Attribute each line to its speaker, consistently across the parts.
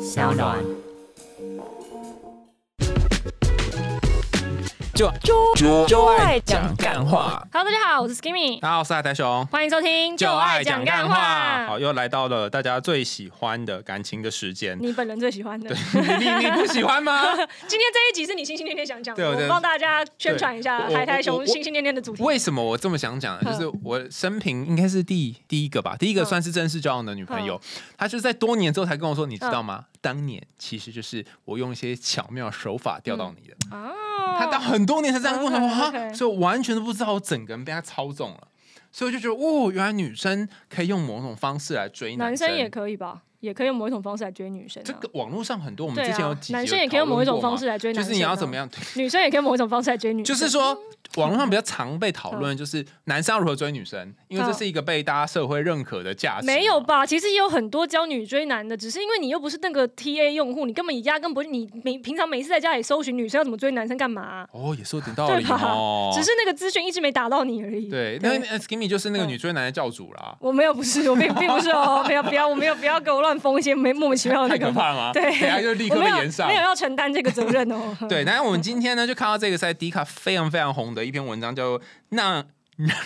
Speaker 1: 小暖。
Speaker 2: 就
Speaker 3: 就
Speaker 2: 就就
Speaker 3: 爱
Speaker 2: 爱
Speaker 3: 讲
Speaker 2: 讲干话。
Speaker 3: Hello，大家好，我是 Skimmy，
Speaker 1: 大家好，我是海苔熊，
Speaker 3: 欢迎收听《
Speaker 1: 好，又来到了大家最喜欢的感情的时 间。你
Speaker 3: 你本人最喜欢
Speaker 1: 你
Speaker 3: 的。
Speaker 1: 不喜欢 吗？
Speaker 3: 今天这一集是你心心念念想讲
Speaker 1: 对
Speaker 3: 的，
Speaker 1: 我
Speaker 3: 我
Speaker 1: 真的
Speaker 3: 帮大家宣传一下
Speaker 1: 对我
Speaker 3: 海苔
Speaker 1: 我
Speaker 3: 熊
Speaker 1: 我
Speaker 3: 心心念念的主题。
Speaker 1: 为什么我这么想讲呢？就是我生平应该是第第一个吧，第一个
Speaker 3: 嗯
Speaker 1: 算是正式交往的女朋友，她就是在多年之后才跟我说，你知道
Speaker 3: 嗯
Speaker 1: 吗？当年其实就是我用一些巧妙手法钓到你的。
Speaker 3: 哦
Speaker 1: 他到很多年才这样跟我讲，
Speaker 3: OK，
Speaker 1: 哇、
Speaker 3: OK
Speaker 1: 所以我完全都不知道我整个人被他操纵了，所以我就觉得，哦，原来女生可以用某种方式来追
Speaker 3: 男
Speaker 1: 生
Speaker 3: 生也可以吧，也可以用某一种方式来追女生啊。
Speaker 1: 这个网络上很多，我们
Speaker 3: 对
Speaker 1: 之前有
Speaker 3: 啊，
Speaker 1: 几集
Speaker 3: 男生也可以用某一种方式
Speaker 1: 来
Speaker 3: 来追男
Speaker 1: 就
Speaker 3: 生啊。
Speaker 1: 是你要怎么样？对
Speaker 3: 女生也可以用某一种方式来追女
Speaker 1: 就
Speaker 3: 生。
Speaker 1: 是说，网络上比较常被讨
Speaker 3: 嗯
Speaker 1: 论，就是男生要如何追女生，因为这是一个被大家社会认可的价值。
Speaker 3: 没有？吧？其实也有很多教女追男的，只是因为你又不是那个 TA 用户，你根本压根不是你每平常每次在家里搜寻女生要怎么追男生干嘛啊、
Speaker 1: 哦，也是有点道
Speaker 3: 对
Speaker 1: 理
Speaker 3: 吧
Speaker 1: 哦。
Speaker 3: 只是嗯那个资讯一直没打到你而已。
Speaker 1: 对，那那 Skimmy 就是那个女追男的教主啦，
Speaker 3: 我没有，不是，我并并不 是哦，没有，不要，我没有，不要给我乱封一些没莫名其妙的
Speaker 1: 太
Speaker 3: 哦那
Speaker 1: 可
Speaker 3: 个。
Speaker 1: 怕了吗？
Speaker 3: 对
Speaker 1: 等一下就立
Speaker 3: 我
Speaker 1: 刻
Speaker 3: 没
Speaker 1: 被
Speaker 3: 有
Speaker 1: 延上
Speaker 3: 没。有要承担这个责任哦。
Speaker 1: 对，那我们今天呢，就看到这个在迪卡非常非常红的一篇文章，叫做“让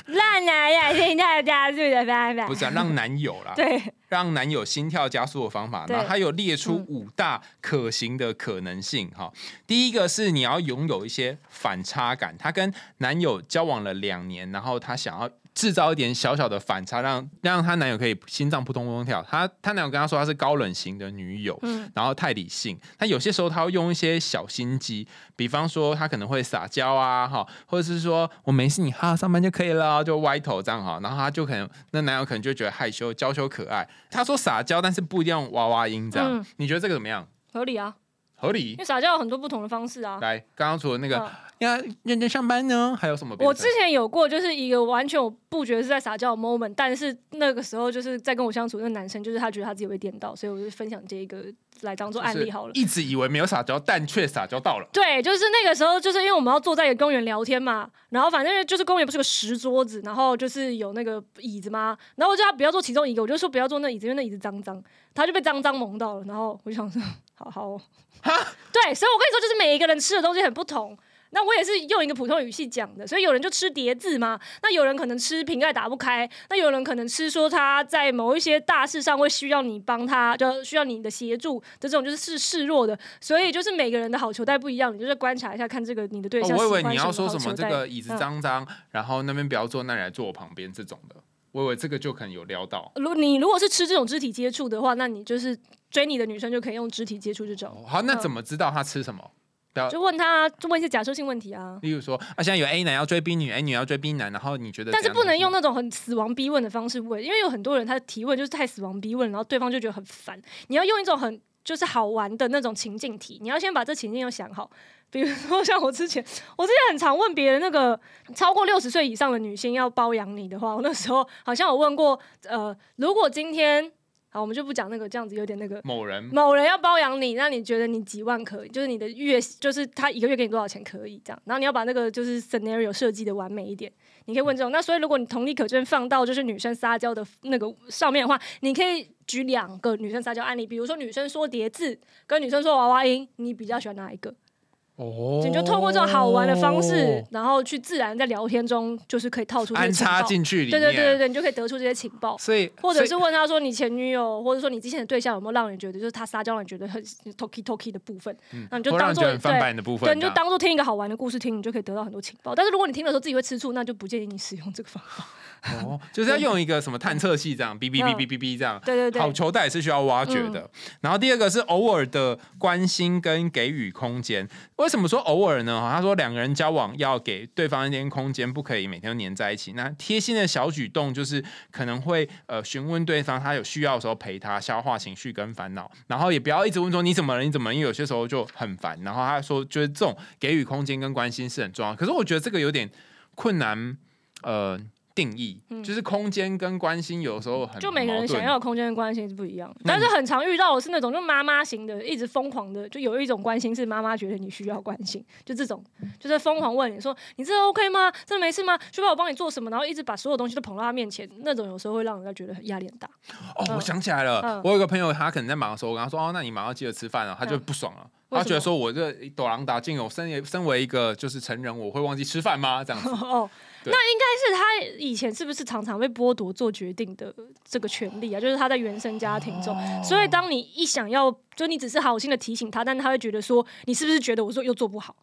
Speaker 3: 烂男啊呀，现在家对的，拜拜
Speaker 1: 不。是、啊、让男友啦，
Speaker 3: 对，
Speaker 1: 让男友心跳加速的方法”。
Speaker 3: 对嗯
Speaker 1: 然后它有列出五大可行的可能性哈、第一个是你要拥有一些反差感，她跟男友交往了两年，然后她想要。制造一点小小的反差，让让她男友可以心脏扑通扑通跳。她她男友跟她说她是高冷型的女友，
Speaker 3: 嗯，
Speaker 1: 然后太理性。那有些时候他会用一些小心机，比方说他可能会撒娇啊，哈，或者是说我没事，你好好上班就可以了，就歪头这样哈。然后他就可能那男友可能就觉得害羞，娇羞可爱。他说撒娇，但是不一定要娃娃音这样。
Speaker 3: 嗯
Speaker 1: 你觉得这个怎么样？
Speaker 3: 合理啊，
Speaker 1: 合
Speaker 3: 因
Speaker 1: 理
Speaker 3: 为？撒娇有很多不同的方式啊。
Speaker 1: 来，刚刚除了那个
Speaker 3: 嗯
Speaker 1: 要认真上班呢，还有什么别的？
Speaker 3: 我之前有过，就是一个完全我不觉得是在撒娇的 moment，但是那个时候就是在跟我相处那个男生，就是他觉得他自己会电到，所以我就分享这一个来当做案例好了。
Speaker 1: 就是一直以为没有撒娇，但却撒娇到了。
Speaker 3: 对，就是那个时候，就是因为我们要坐在一个公园聊天嘛，然后反正就是公园不是有个石桌子，然后就是有那个椅子嘛，然后我叫他不要坐其中一个，我就说不要坐那椅子，因为那椅子脏脏，他就被脏脏蒙到了，然后我 就想说，好好、哦，对，所以我跟你说，就是每一个人吃的东西很不同。那我也是用一个普通语气讲的，所以有人就吃叠字嘛，那有人可能吃瓶盖打不开，那有人可能吃说他在某一些大事上会需要你帮他，就需要你的协助的这种就是示示弱的，所以就是每个人的好球带不一样，你就是观察一下看这个你的对
Speaker 1: 哦
Speaker 3: 象、喜
Speaker 1: 我以为
Speaker 3: 欢
Speaker 1: 你要说
Speaker 3: 好
Speaker 1: 什么这
Speaker 3: 球带
Speaker 1: 个椅子
Speaker 3: 嗯
Speaker 1: 脏脏，然后那边不要坐，那你来坐我旁边这种的。我以为这个就可能有撩到。
Speaker 3: 如你如果是吃这种肢体接触的话，那你就是追你的女生就可以用肢体接触这种，
Speaker 1: 哦好，那
Speaker 3: 嗯
Speaker 1: 怎么知道他吃什么？呃
Speaker 3: 就问他就问一些假设性问题啊。
Speaker 1: 例如说，啊，现在有 A 男要追 B 女，A 女要追 B 男，然后你觉得怎
Speaker 3: 但
Speaker 1: 样？
Speaker 3: 是不能用
Speaker 1: 那
Speaker 3: 那种很死亡逼问的方式问，因为有很多人他的提问就是太死亡逼问，然后对方就觉得很烦。你要用一种很就是好玩的那种情境题，你要先把这情境要想好。比如说像我之前， 我之前很常问别人，那个超过六十岁以上的女性要包养你的话，我那时候好像有问过，呃，如果今天好，我们就不讲那个，这样子有点那个。
Speaker 1: 某人
Speaker 3: 某人要包养你，那你觉得你几万可以？就是你的月，就是他一个月给你多少钱可以这样？然后你要把那个就是 scenario 设计的完美一点。你可以问这种。那所以如果你同理可证放到就是女生撒娇的那个上面的话，你可以举两个女生撒娇案例，比如说女生说叠字跟女生说娃娃音，你比较喜欢哪一个？
Speaker 1: 哦
Speaker 3: 你就透过这种好玩的方式，然后去自然在聊天中就是可以套出这些
Speaker 1: 安
Speaker 3: 情
Speaker 1: 插
Speaker 3: 报。
Speaker 1: 进去里
Speaker 3: 对
Speaker 1: 面，
Speaker 3: 对对对对，你就可以得出这些情报。
Speaker 1: 所以
Speaker 3: 或者
Speaker 1: 所
Speaker 3: 是问他说你前女友，或者说你之前的对象有没有让你觉得就是他撒娇让你觉得很 toky toky 的部分，
Speaker 1: 以嗯
Speaker 3: 那你就
Speaker 1: 会让
Speaker 3: 当
Speaker 1: 你
Speaker 3: 做
Speaker 1: 觉得很翻
Speaker 3: 对。
Speaker 1: 版的部分，
Speaker 3: 对，你就
Speaker 1: 这样
Speaker 3: 当做听一个好玩的故事听，你就可以得到很多情报。但是如果你听的时候自己会吃醋，那就不建议你使用这 个方法。
Speaker 1: 哦，就是要用一个什么探测器这样，哔哔哔哔哔哔这样。
Speaker 3: 对对对嗯
Speaker 1: 好，球带也是需要挖掘的。然后第二个是偶尔的关心跟给予空间。为什么说偶尔呢？哈他说两个人交往要给对方一点空间，不可以每天都黏在一起。那贴心的小举动就是可能会呃询问对方他有需要的时候陪他消化情绪跟烦恼，然后也不要一直问说你怎么了你怎么了，因为有些时候就很烦。然后他说就是这种给予空间跟关心是很重要，可是我觉得这个有点困难，呃。定义，就是空间跟关心有时候很
Speaker 3: 就每个人
Speaker 1: 矛盾
Speaker 3: 想要的空间跟关心是不一样的，
Speaker 1: 那
Speaker 3: 但
Speaker 1: 你
Speaker 3: 是很常遇到的是那种就妈妈型的，一直疯狂的，就有一种关心是妈妈觉得你需要关心，就这种就是疯狂问你说你这 OK 吗？这没事吗？需要我帮你做什么？然后一直把所有东西都捧到他面前，那种有时候会让人家觉得压力很大。
Speaker 1: 哦，我
Speaker 3: 嗯
Speaker 1: 想起来了，
Speaker 3: 嗯
Speaker 1: 我有个朋友，他可能在忙的时候，我跟他说：“哦，那你忙要记得吃饭啊。”他就不爽了，
Speaker 3: 为什么，
Speaker 1: 他觉得说：“我这斗狼打尽，我身为身为一个就是成人，我会忘记吃饭吗？”这样子
Speaker 3: 哦，
Speaker 1: 对
Speaker 3: 那应该是他以前是不是常常被剥夺做决定的这个权利啊？就是他在原生家庭中，
Speaker 1: 哦
Speaker 3: 所以当你一想要，就你只是好心的提醒他，但他会觉得说你是不是觉得我说又做不好，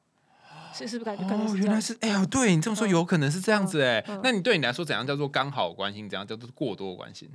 Speaker 3: 是是不是感觉感觉
Speaker 1: 哦，
Speaker 3: 是这
Speaker 1: 原来
Speaker 3: 样？
Speaker 1: 是哎呀，对你这么说，
Speaker 3: 嗯
Speaker 1: 有可能是这样子哎、
Speaker 3: 嗯
Speaker 1: 那你对你来说，怎样叫做刚好关心？怎样叫做过多关心？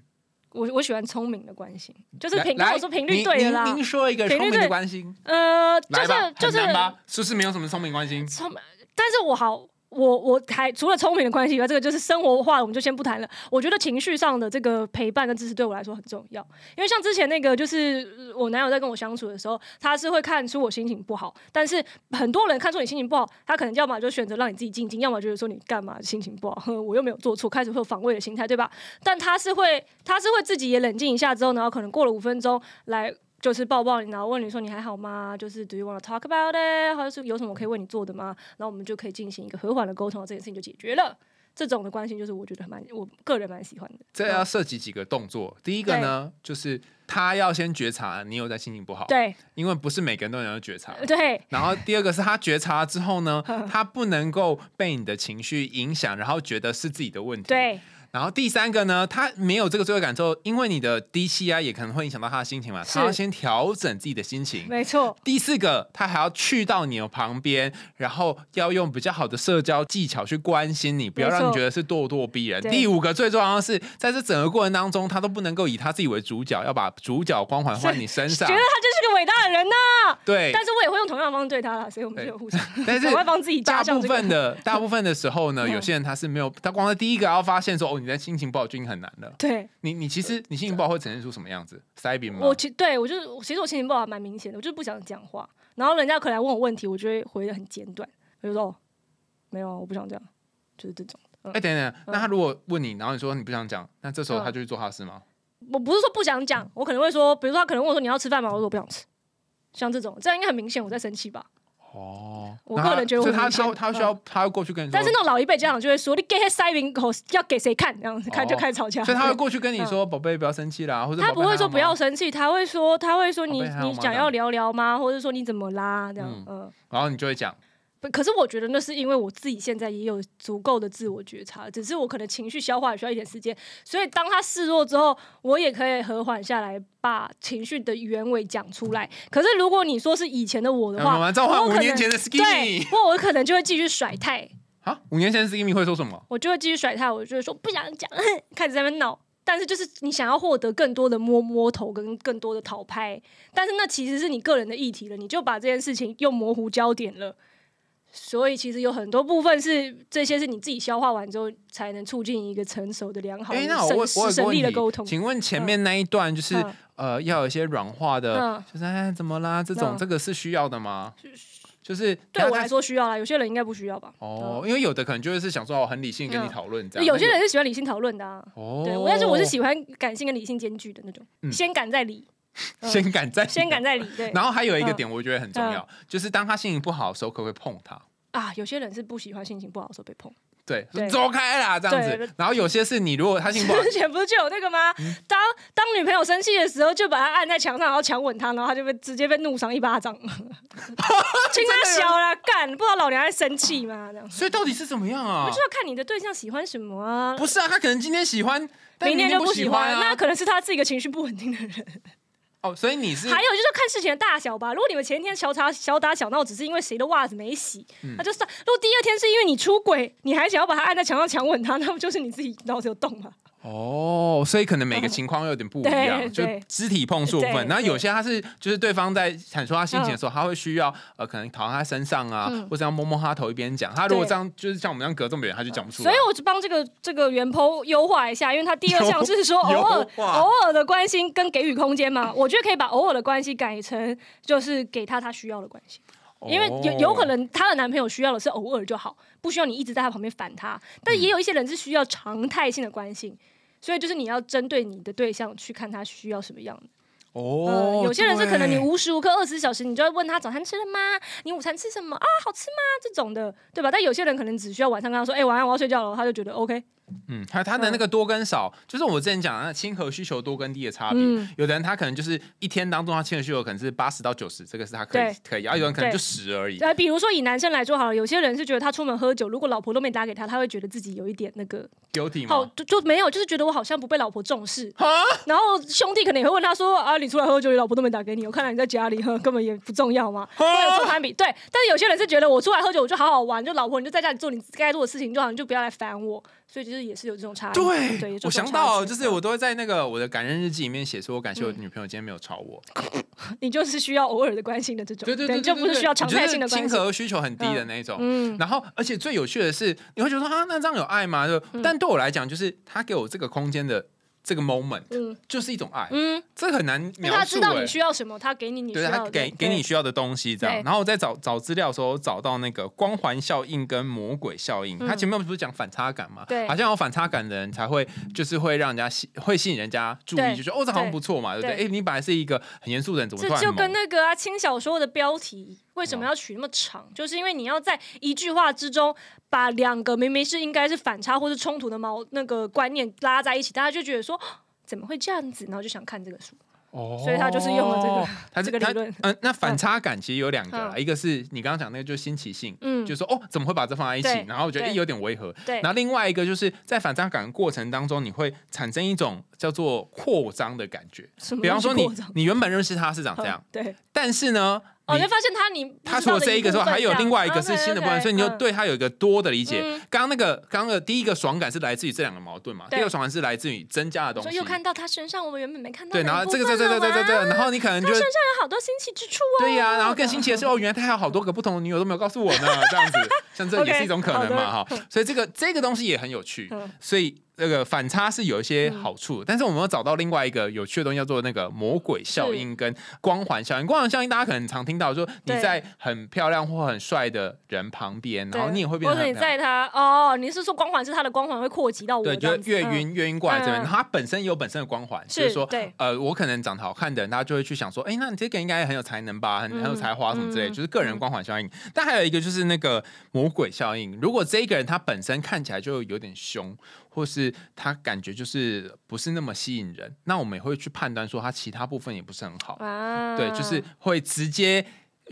Speaker 3: 我我喜欢聪明的关心，就是
Speaker 1: 来
Speaker 3: 频，
Speaker 1: 来
Speaker 3: 跟我说频率对了
Speaker 1: 您您
Speaker 3: 啦。
Speaker 1: 您说一个
Speaker 3: 频率
Speaker 1: 聪明的
Speaker 3: 对
Speaker 1: 关心，
Speaker 3: 呃，就
Speaker 1: 来
Speaker 3: 是
Speaker 1: 吧，
Speaker 3: 就是
Speaker 1: 很难吧？是不是没有什么聪明关心？
Speaker 3: 聪，但是我好，我我还除了聪明的关系以外，这个就是生活化，我们就先不谈了。我觉得情绪上的这个陪伴跟支持对我来说很重要，因为像之前那个，就是呃我男友在跟我相处的时候，他是会看出我心情不好，但是很多人看出你心情不好，他可能要么就选择让你自己静静，要么就是说你干嘛心情不好， 哼，我又没有做错，开始会有防卫的心态，对吧？但他是会，他是会自己也冷静一下之后，然后可能过了五分钟来。就是抱抱你，然后问你说你还好吗？就是 Do you want to talk about it？或者是有什么可以为你做的吗？然后我们就可以进行一个和缓的沟通，这件事情就解决了。这种的关心就是我觉得蛮，我个人蛮喜欢的。
Speaker 1: 这要涉及几个动作。第一个呢，就是他要先觉察你有在心情不好，
Speaker 3: 对呃
Speaker 1: 因为不是每个人都能够觉察。
Speaker 3: 对，
Speaker 1: 然后第二个是他觉察之后呢，他不能够被你的情绪影响，然后觉得是自己的问题。。
Speaker 3: 对，
Speaker 1: 然后第三个呢，他没有这个罪恶感之后，因为你的低气压也可能会影响到他的心情嘛，
Speaker 3: 是
Speaker 1: 他要先调整自己的心情。
Speaker 3: 没错，
Speaker 1: 第四个，他还要去到你的旁边，然后要用比较好的社交技巧去关心你，不要
Speaker 3: 没错
Speaker 1: 让你觉得是咄咄逼人。
Speaker 3: 对
Speaker 1: 第五个，最重要的是，在这整个过程当中，他都不能够以他自己为主角，要把主角光环换你身
Speaker 3: 觉
Speaker 1: 上
Speaker 3: 得他。就是个伟大的人呐、
Speaker 1: 对，
Speaker 3: 但是我也会用同样的方式对他啦，所以我们就有 互相，
Speaker 1: 但是
Speaker 3: 我会帮 自己加
Speaker 1: 大
Speaker 3: 上
Speaker 1: 部
Speaker 3: 这个
Speaker 1: 分。的大部分的时候呢，
Speaker 3: 嗯
Speaker 1: 有些人他是没有，他光在第一个要发现说，哦，你在心情不好就已经很难了。
Speaker 3: 对，
Speaker 1: 你你其实你心情不好会呈现出什么样子？塞饼吗
Speaker 3: 我？其对我就是，我其实我心情不好还蛮明显的，我就是不想讲话。然后人家可能来问我问题，我就会回的很简短，我就说哦没有啊，我不想这样，就是这种。
Speaker 1: 哎，等等，
Speaker 3: 嗯
Speaker 1: 那他如果问你，然后你说你不想讲，那这时候他就去做他的事吗？
Speaker 3: 我不是说不想讲，我可能会说，比如说他可能问我说你要吃饭吗？我说我不想吃，像这种，这样应该很明显我在生气吧。
Speaker 1: 哦，
Speaker 3: 我
Speaker 1: 然后
Speaker 3: 个人觉得
Speaker 1: 所以
Speaker 3: 我
Speaker 1: 他
Speaker 3: 明显嗯
Speaker 1: 他他需要他要过去跟你说，
Speaker 3: 但是那种老一辈家长就会说，你给他塞领口要给谁看？这样子
Speaker 1: 哦
Speaker 3: 开就开始吵架。
Speaker 1: 所以他会过去跟你说，宝贝不要生气啦，或者
Speaker 3: 嗯他不会说
Speaker 1: 宝
Speaker 3: 不要
Speaker 1: 贝还好吗，
Speaker 3: 生气，他会说他会说你
Speaker 1: 宝贝还好吗
Speaker 3: 你想要聊聊吗？或者说你怎么啦？这样
Speaker 1: 嗯
Speaker 3: 嗯。
Speaker 1: 然后你就会讲，
Speaker 3: 不可是我觉得那是因为我自己现在也有足够的自我觉察，只是我可能情绪消化也需要一点时间，所以当他示弱之后，我也可以和缓下来，把情绪的原委讲出来。可是如果你说是以前的我的
Speaker 1: 哎我
Speaker 3: 话，
Speaker 1: 们召唤
Speaker 3: 我可
Speaker 1: 五
Speaker 3: 能
Speaker 1: 年前的 Skinny
Speaker 3: 对， 不过我可能就会继续甩态，
Speaker 1: 啊，五年前的 Skinny 会说什么？
Speaker 3: 我就会继续甩态，我就会说不想讲， 开始在那边闹。但是就是你想要获得更多的摸摸头跟更多的讨拍，但是那其实是你个人的议题了，你就把这件事情又模糊焦点了。所以其实有很多部分是这些是你自己消化完之后，才能促进一个成熟的、良好的、
Speaker 1: 哎，那我
Speaker 3: 省
Speaker 1: 问我
Speaker 3: 时
Speaker 1: 有个
Speaker 3: 省力的沟
Speaker 1: 问题，
Speaker 3: 通。
Speaker 1: 请问前面那一段就是
Speaker 3: 嗯
Speaker 1: 呃，要有一些软化的
Speaker 3: 嗯，
Speaker 1: 就是哎怎么啦？这种
Speaker 3: 嗯
Speaker 1: 这个是需要的吗？就是
Speaker 3: 对
Speaker 1: 大
Speaker 3: 我
Speaker 1: 家
Speaker 3: 来说需要啦，有些人应该不需要吧？
Speaker 1: 哦，因为有的可能就会是想说，我哦很理性跟你讨论这样。
Speaker 3: 嗯有些人是喜欢理性讨论的啊。
Speaker 1: 哦，
Speaker 3: 对，但是我是喜欢感性跟理性兼具的那种，
Speaker 1: 嗯
Speaker 3: 先感再理，嗯
Speaker 1: 先敢再
Speaker 3: 先敢。再理。对
Speaker 1: 然后还有一个
Speaker 3: 嗯
Speaker 1: 点，我觉得很重要，就是当他心情不好的时候，可不可以碰他？
Speaker 3: 啊，有些人是不喜欢心情不好的时候被
Speaker 1: 啊
Speaker 3: 碰。
Speaker 1: 对，
Speaker 3: 对
Speaker 1: 走开啦，这样子
Speaker 3: 对。
Speaker 1: 然后有些是你如果他心情不 好
Speaker 3: 之，前不是就有那个吗？
Speaker 1: 嗯
Speaker 3: 当当女朋友生气的时候，就把她按在墙上，然后强吻她，然后她就被直接被怒上一 巴掌。亲她小啦，干，不知道老娘在生气吗？这样，
Speaker 1: 所以到底是怎么样
Speaker 3: 我
Speaker 1: 啊
Speaker 3: 就？要看你的对象喜欢什么啊。
Speaker 1: 不是啊，他可能今天喜欢，但
Speaker 3: 明
Speaker 1: 天
Speaker 3: 就
Speaker 1: 不
Speaker 3: 喜
Speaker 1: 欢
Speaker 3: 那
Speaker 1: 啊。
Speaker 3: 可能是他是一个情绪不稳定的人。
Speaker 1: 哦，所以你是
Speaker 3: 还有就是看事情的大小吧。如果你们前一天小吵小打小闹，只是因为谁的袜子没洗，
Speaker 1: 嗯
Speaker 3: 那就算；如果第二天是因为你出轨，你还想要把他按在墙上强吻他，那不就是你自己脑子有洞吗？
Speaker 1: 哦，所以可能每个情况有点不一样，
Speaker 3: 嗯对
Speaker 1: 就
Speaker 3: 对
Speaker 1: 肢体碰触部分。
Speaker 3: 对
Speaker 1: 然后有些他是就是对方在阐述他心情的时候，他会需要呃可能躺在他身上啊，
Speaker 3: 嗯
Speaker 1: 或者要摸摸他头一边讲。他如果
Speaker 3: 对
Speaker 1: 这样就是像我们这样隔这么远，他就讲不出来。
Speaker 3: 所以我就帮这个这个原 po 优化一下，因为它第二项 是说
Speaker 1: 优
Speaker 3: 偶尔
Speaker 1: 化
Speaker 3: 偶尔的关心跟给予空间嘛，我觉得可以把偶尔的关系改成就是给他他需要的关心。
Speaker 1: 哦
Speaker 3: 因为有有可能她的男朋友需要的是偶尔就好，不需要你一直在她旁边烦她。
Speaker 1: 嗯
Speaker 3: 但也有一些人是需要常态性的关心，所以就是你要针对你的对象去看他需要什么样的。
Speaker 1: 哦
Speaker 3: 呃，，有些人是可能你
Speaker 1: 对
Speaker 3: 无时无刻二十四小时，你就要问他早餐吃了吗？你午餐吃什么啊？好吃吗？这种的，对吧？但有些人可能只需要晚上跟他说，哎、晚安，我要睡觉了，他就觉得 OK。
Speaker 1: 嗯，还有他的那个多跟少，就是我之前讲的那亲和需求多跟低的差别。
Speaker 3: 嗯
Speaker 1: 有的人他可能就是一天当中他亲和需求可能是八十到九十，这个是他可以
Speaker 3: 对
Speaker 1: 可以，啊而有人可能
Speaker 3: 对
Speaker 1: 就十而已。
Speaker 3: 呃，比如说以男生来说好了，有些人是觉得他出门喝酒，如果老婆都没打给他，他会觉得自己有一点那个
Speaker 1: guilty
Speaker 3: 好
Speaker 1: 吗？
Speaker 3: 就就没有，就是觉得我好像不被老婆重视。
Speaker 1: 啊，
Speaker 3: 然后兄弟可能也会问他说啊，你出来喝酒，你老婆都没打给你，我看来你在家里喝根本也不重要嘛。会有这种攀比，对。但是有些人是觉得我出来喝酒，我就好好玩，就老婆你就在家里做你该做的事情就好，你就不要来烦我。所以就是也是有这种差异。
Speaker 1: 对，
Speaker 3: 对，有这种
Speaker 1: 我想
Speaker 3: 差
Speaker 1: 到
Speaker 3: 距嗯
Speaker 1: 就是我都会在那个我的感恩日记里面写说，我感谢我女朋友今天没有吵我。
Speaker 3: 你就是需要偶尔的关心的这种，
Speaker 1: 对对
Speaker 3: 你
Speaker 1: 对，
Speaker 3: 就不是需要常态性的
Speaker 1: 亲
Speaker 3: 关心。
Speaker 1: 和需求很低的那一种。
Speaker 3: 嗯，
Speaker 1: 然后，而且最有趣的是，你会觉得说啊，那这样有爱吗？就，
Speaker 3: 嗯
Speaker 1: 但对我来讲，就是他给我这个空间的这个 moment，
Speaker 3: 嗯
Speaker 1: 就是一种爱，
Speaker 3: 嗯，
Speaker 1: 这很难
Speaker 3: 那
Speaker 1: 描述、欸。
Speaker 3: 他知道你需要什么，他给你你需
Speaker 1: 对
Speaker 3: 要
Speaker 1: 他
Speaker 3: 的，
Speaker 1: 给给你需要的东西这样
Speaker 3: 对。
Speaker 1: 然后我在找找资料的时候，找到那个光环效应跟魔鬼效应。
Speaker 3: 嗯
Speaker 1: 他前面不是讲反差感嘛？
Speaker 3: 对
Speaker 1: 好像有反差感的人才会就是会让人家吸会吸引人家注
Speaker 3: 对
Speaker 1: 意，就说哦，这好像不错嘛，对不
Speaker 3: 对
Speaker 1: 对？哎，你本来是一个很严肃的人，怎么突
Speaker 3: 这
Speaker 1: 然
Speaker 3: 就跟
Speaker 1: 猛
Speaker 3: 那个啊轻小说的标题为什么
Speaker 1: 哦
Speaker 3: 要取那么长，就是因为你要在一句话之中把两个明明是应该是反差或是冲突的矛那个观念拉在一起，大家就觉得说。怎么会这样子？然后就想看这个书，
Speaker 1: 哦
Speaker 3: 所以他就是用了这个
Speaker 1: 他
Speaker 3: 这个理论
Speaker 1: 他嗯，那反差感其实有两个啦，
Speaker 3: 嗯
Speaker 1: 一个是你刚刚讲那个就是新奇性，
Speaker 3: 嗯
Speaker 1: 就是说哦，怎么会把这放在一
Speaker 3: 对
Speaker 1: 起？然后我觉得
Speaker 3: 对
Speaker 1: 诶有点违和。
Speaker 3: 对
Speaker 1: 然后另外一个就是在反差感的过程当中，你会产生一种叫做扩张的感觉。
Speaker 3: 什 么
Speaker 1: 比方
Speaker 3: 东
Speaker 1: 说
Speaker 3: 西
Speaker 1: 你
Speaker 3: 扩张
Speaker 1: 你原本认识他是长这样
Speaker 3: 嗯， 对，
Speaker 1: 但是呢，
Speaker 3: 哦，
Speaker 1: 你
Speaker 3: 你会发现他你不
Speaker 1: 他
Speaker 3: 知
Speaker 1: 除
Speaker 3: 道
Speaker 1: 了这一个之
Speaker 3: 部
Speaker 1: 后，
Speaker 3: 分
Speaker 1: 还有
Speaker 3: 这样
Speaker 1: 另外一个是
Speaker 3: OK，OK，
Speaker 1: 新的部分，所以你就
Speaker 3: 嗯
Speaker 1: 对他有一个多的理解
Speaker 3: 嗯。
Speaker 1: 刚刚那个，刚刚的第一个爽感是来自于这两个矛盾嘛？第
Speaker 3: 对
Speaker 1: 二个爽感是来自于增加的东
Speaker 3: 说
Speaker 1: 西
Speaker 3: 又。看到他身上我们原本没看到
Speaker 1: 对，
Speaker 3: 的
Speaker 1: 然后
Speaker 3: 部
Speaker 1: 这个
Speaker 3: 分
Speaker 1: 这这
Speaker 3: 了
Speaker 1: 这这
Speaker 3: 哇
Speaker 1: 这，然后你可能就
Speaker 3: 他身上有好多新奇之处哦。
Speaker 1: 对呀、然后更新奇的是，哦，原来他还有好多个不同的女友都没有告诉我 呢，这样子，像这
Speaker 3: OK，
Speaker 1: 也是一种可能嘛，
Speaker 3: 好
Speaker 1: 哈。所以这个这个东西也很有趣
Speaker 3: 嗯，
Speaker 1: 所以那个反差是有一些好处，但是我们有找到另外一个有趣的东西，叫做那个魔鬼效应跟光环效应。光环效应大家可能常听到，说你
Speaker 3: 对
Speaker 1: 在很漂亮或很帅的人旁边，然后
Speaker 3: 对
Speaker 1: 你也会变
Speaker 3: 或
Speaker 1: 得
Speaker 3: 者
Speaker 1: 很
Speaker 3: 你
Speaker 1: 漂亮。
Speaker 3: 在他哦，你是说光环是他的光环会扩及到我，
Speaker 1: 对，
Speaker 3: 这
Speaker 1: 就
Speaker 3: 样
Speaker 1: 是
Speaker 3: 子
Speaker 1: 越
Speaker 3: 嗯
Speaker 1: 晕越晕过来这边，
Speaker 3: 嗯
Speaker 1: 然后他本身也有本身的光环，就是
Speaker 3: 是
Speaker 1: 说
Speaker 3: 对，
Speaker 1: 呃，我可能长得好看的人，大家就会去想说，哎，那你这个应该很有才能吧，很很有
Speaker 3: 嗯
Speaker 1: 才华什么之类，
Speaker 3: 嗯
Speaker 1: 就是个人光环效应。但还有一个就是那个魔鬼效应，如果这个人他本身看起来就有点凶，或是他感觉就是不是那么吸引人，那我们也会去判断说他其他部分也不是很好，
Speaker 3: 啊，
Speaker 1: 对，就是会直接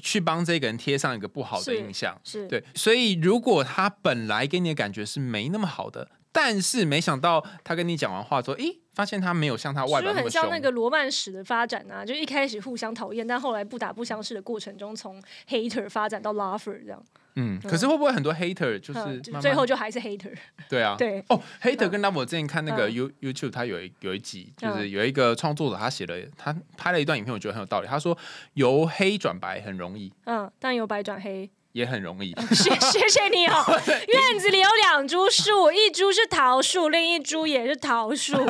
Speaker 1: 去帮这个人贴上一个不好的
Speaker 3: 是
Speaker 1: 印象。
Speaker 3: 是，
Speaker 1: 对，所以如果他本来给你的感觉是没那么好的，但是没想到他跟你讲完话之后，诶，发现他没有像他
Speaker 3: 就
Speaker 1: 外
Speaker 3: 是
Speaker 1: 表那
Speaker 3: 很
Speaker 1: 么凶
Speaker 3: 像。那个罗曼史的发展啊，就一开始互相讨厌，但后来不打不相识的过程中，从 hater 发展到 lover 这样，
Speaker 1: 嗯，可是会不会很多 hater 就是
Speaker 3: 嗯
Speaker 1: 慢慢
Speaker 3: 最后就还是 hater。
Speaker 1: 对啊，
Speaker 3: 对
Speaker 1: 哦，hater 跟 love 我之前看那个
Speaker 3: 嗯
Speaker 1: You YouTube，他有一有一集，
Speaker 3: 嗯
Speaker 1: 就是有一个创作者他写了，他拍了一段影片，我觉得很有道理。他说由黑转白很容易，
Speaker 3: 嗯，但由白转黑，
Speaker 1: 也很容易。
Speaker 3: 谢谢谢你 哦。院子里有两株树，一株是桃树，另一株也是桃 树。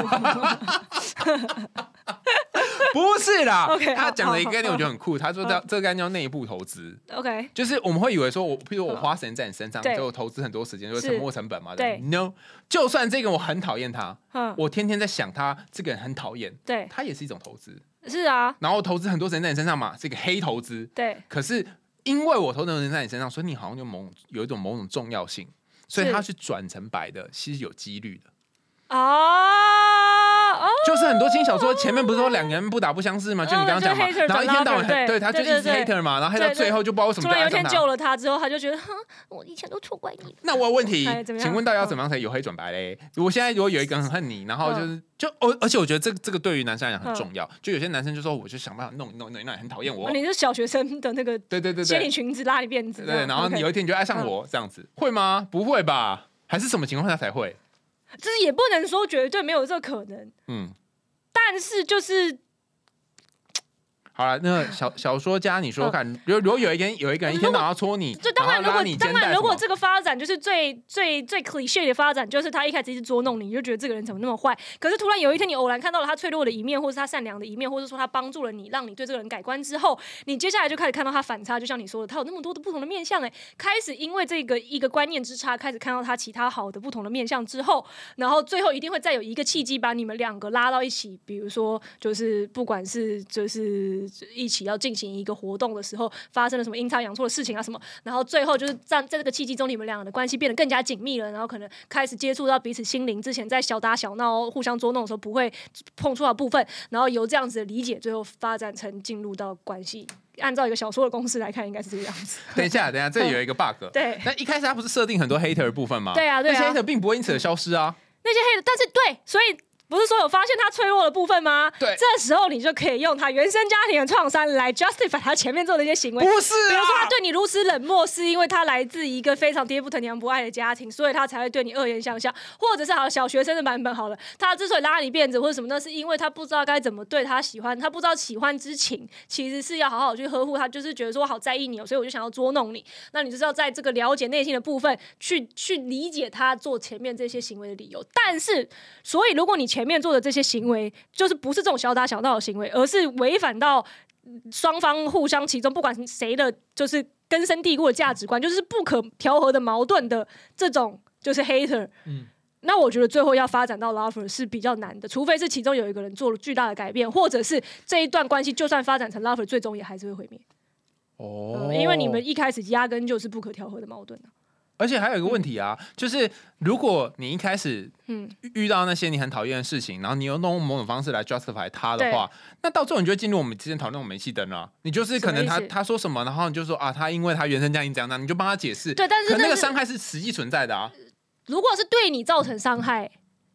Speaker 1: 不是啦
Speaker 3: OK，
Speaker 1: 他
Speaker 3: 好
Speaker 1: 讲了一个
Speaker 3: 好
Speaker 1: 概念，
Speaker 3: 好
Speaker 1: 我觉得很酷。他说这这个概念叫内部投资。
Speaker 3: OK，
Speaker 1: 就是我们会以为说我，譬如我花时间在你身上，
Speaker 3: 对
Speaker 1: 就投资很多时间，就是沉没成本嘛。
Speaker 3: 对
Speaker 1: 不 no，就算这个我很讨厌他，
Speaker 3: 嗯，
Speaker 1: 我天天在想他，这个人很讨厌，
Speaker 3: 对，
Speaker 1: 他也是一种投资。
Speaker 3: 是啊，
Speaker 1: 然后投资很多时间在你身上嘛，是一个黑投资。
Speaker 3: 对，
Speaker 1: 可是因为我投资很多时间在你身上，所以你好像就某有一种某种重要性，所以
Speaker 3: 是
Speaker 1: 它去转成白的，其实有几率的。
Speaker 3: 哦哦。
Speaker 1: 就是很多轻小说前面不是说两个人不打不相识嘛，就你
Speaker 3: 嗯
Speaker 1: 刚刚讲嘛，
Speaker 3: 就是 hater
Speaker 1: 然后一天到晚
Speaker 3: 转 lover，
Speaker 1: 对他就一
Speaker 3: 对对
Speaker 1: 直
Speaker 3: 对
Speaker 1: hater 嘛，然后 hater
Speaker 3: 对
Speaker 1: 到
Speaker 3: 对
Speaker 1: 最后就不知道为什么
Speaker 3: 突
Speaker 1: 就
Speaker 3: 然有
Speaker 1: 爱
Speaker 3: 一
Speaker 1: 上
Speaker 3: 天
Speaker 1: 他。
Speaker 3: 救了他之后，他就觉得，哼，我以前都错怪你。
Speaker 1: 那我有问题
Speaker 3: 哎怎么，样
Speaker 1: 请问到底要怎么样才有黑转白嘞？我现在如果有一个人很恨你，然后
Speaker 3: 嗯
Speaker 1: 就是、就而而且我觉得这个这个对于男生来讲很重要，就有些男生就说我就想办法弄你弄你弄你，让你很讨厌我
Speaker 3: 哦， 你是小学生的那个
Speaker 1: 对对对
Speaker 3: 掀
Speaker 1: 对
Speaker 3: 你裙子拉你辫子这
Speaker 1: 对，
Speaker 3: 样，
Speaker 1: 然后
Speaker 3: OK 嗯
Speaker 1: 你有一天你就爱上我、这样子，会吗？不会吧？还是什么情况下才会？
Speaker 3: 就是也不能说绝对没有这可能，
Speaker 1: 嗯，
Speaker 3: 但是就是
Speaker 1: 好了，那个 小小说家，你说看，如如果有一个人有一个人一天到晚要戳你，
Speaker 3: 就当然，嗯如
Speaker 1: 后
Speaker 3: 果
Speaker 1: 拉你肩
Speaker 3: 当
Speaker 1: 带
Speaker 3: 然，
Speaker 1: 什
Speaker 3: 如果
Speaker 1: 么
Speaker 3: 这个发展就是最最最 cliche 的发展，就是他一开始一直捉弄你，你就觉得这个人怎么那么坏。可是突然有一天，你偶然看到了他脆弱的一面，或是他善良的一面，或者说他帮助了你，让你对这个人改观之后，你接下来就开始看到他反差。就像你说的，他有那么多的不同的面相，哎，开始因为这个一个观念之差，开始看到他其他好的不同的面相之后，然后最后一定会再有一个契机把你们两个拉到一起，比如说就是不管是就是一起要进行一个活动的时候，发生了什么阴差阳错的事情啊什么，然后最后就是在在这个契机中，你们两个的关系变得更加紧密了，然后可能开始接触到彼此心灵之前在小打小闹、互相捉弄的时候不会碰触到的部分，然后由这样子的理解，最后发展成进入到关系。按照一个小说的公式来看，应该是这个样子。
Speaker 1: 等一下，等一下，这里有一个 bug。
Speaker 3: 对
Speaker 1: 那一开始他不是设定很多 hater 的部分吗？
Speaker 3: 对啊对啊
Speaker 1: 那些 hater 并不会因此而消失啊。
Speaker 3: 那些黑的，但是对，所以不是说有发现他脆弱的部分吗？
Speaker 1: 对
Speaker 3: 这时候你就可以用他原生家庭的创伤来 justify 他前面做的一些行为。
Speaker 1: 不是
Speaker 3: 比如说，他
Speaker 1: 啊，
Speaker 3: 对你如此冷漠，是因为他来自一个非常爹不疼娘不爱的家庭，所以他才会对你恶言相向，或者是好小学生的版本好了，他之所以拉你辫子或者什么，那是因为他不知道该怎么对他喜欢，他不知道喜欢之情其实是要好好去呵护他，就是觉得说我好在意你哦，所以我就想要捉弄你。那你就是要在这个了解内心的部分去去理解他做前面这些行为的理由。但是，所以如果你前面做的这些行为，就是不是这种小打小闹的行为，而是违反到嗯双方互相其中不管谁的，就是根深蒂固的价值观，就是不可调和的矛盾的这种，就是 hater。
Speaker 1: 嗯
Speaker 3: 那我觉得最后要发展到 lover 是比较难的，除非是其中有一个人做了巨大的改变，或者是这一段关系就算发展成 lover，最终也还是会毁灭。
Speaker 1: 哦
Speaker 3: 呃，因为你们一开始压根就是不可调和的矛盾、啊、
Speaker 1: 而且还有一个问题啊，就是如果你一开始
Speaker 3: 嗯，
Speaker 1: 遇到那些你很讨厌的事情，然后你又用某种方式来 justify 他的话，那到最后你就会进入我们之前讨论我煤气灯了。你就是可能他
Speaker 3: 什么意思
Speaker 1: 他说什么，然后你就说啊，他因为他原生家庭怎样怎样，你就帮他解释。
Speaker 3: 对但是
Speaker 1: 可能那
Speaker 3: 那
Speaker 1: 个
Speaker 3: 是
Speaker 1: 伤害是实际存在的啊。
Speaker 3: 如果是对你造成伤害，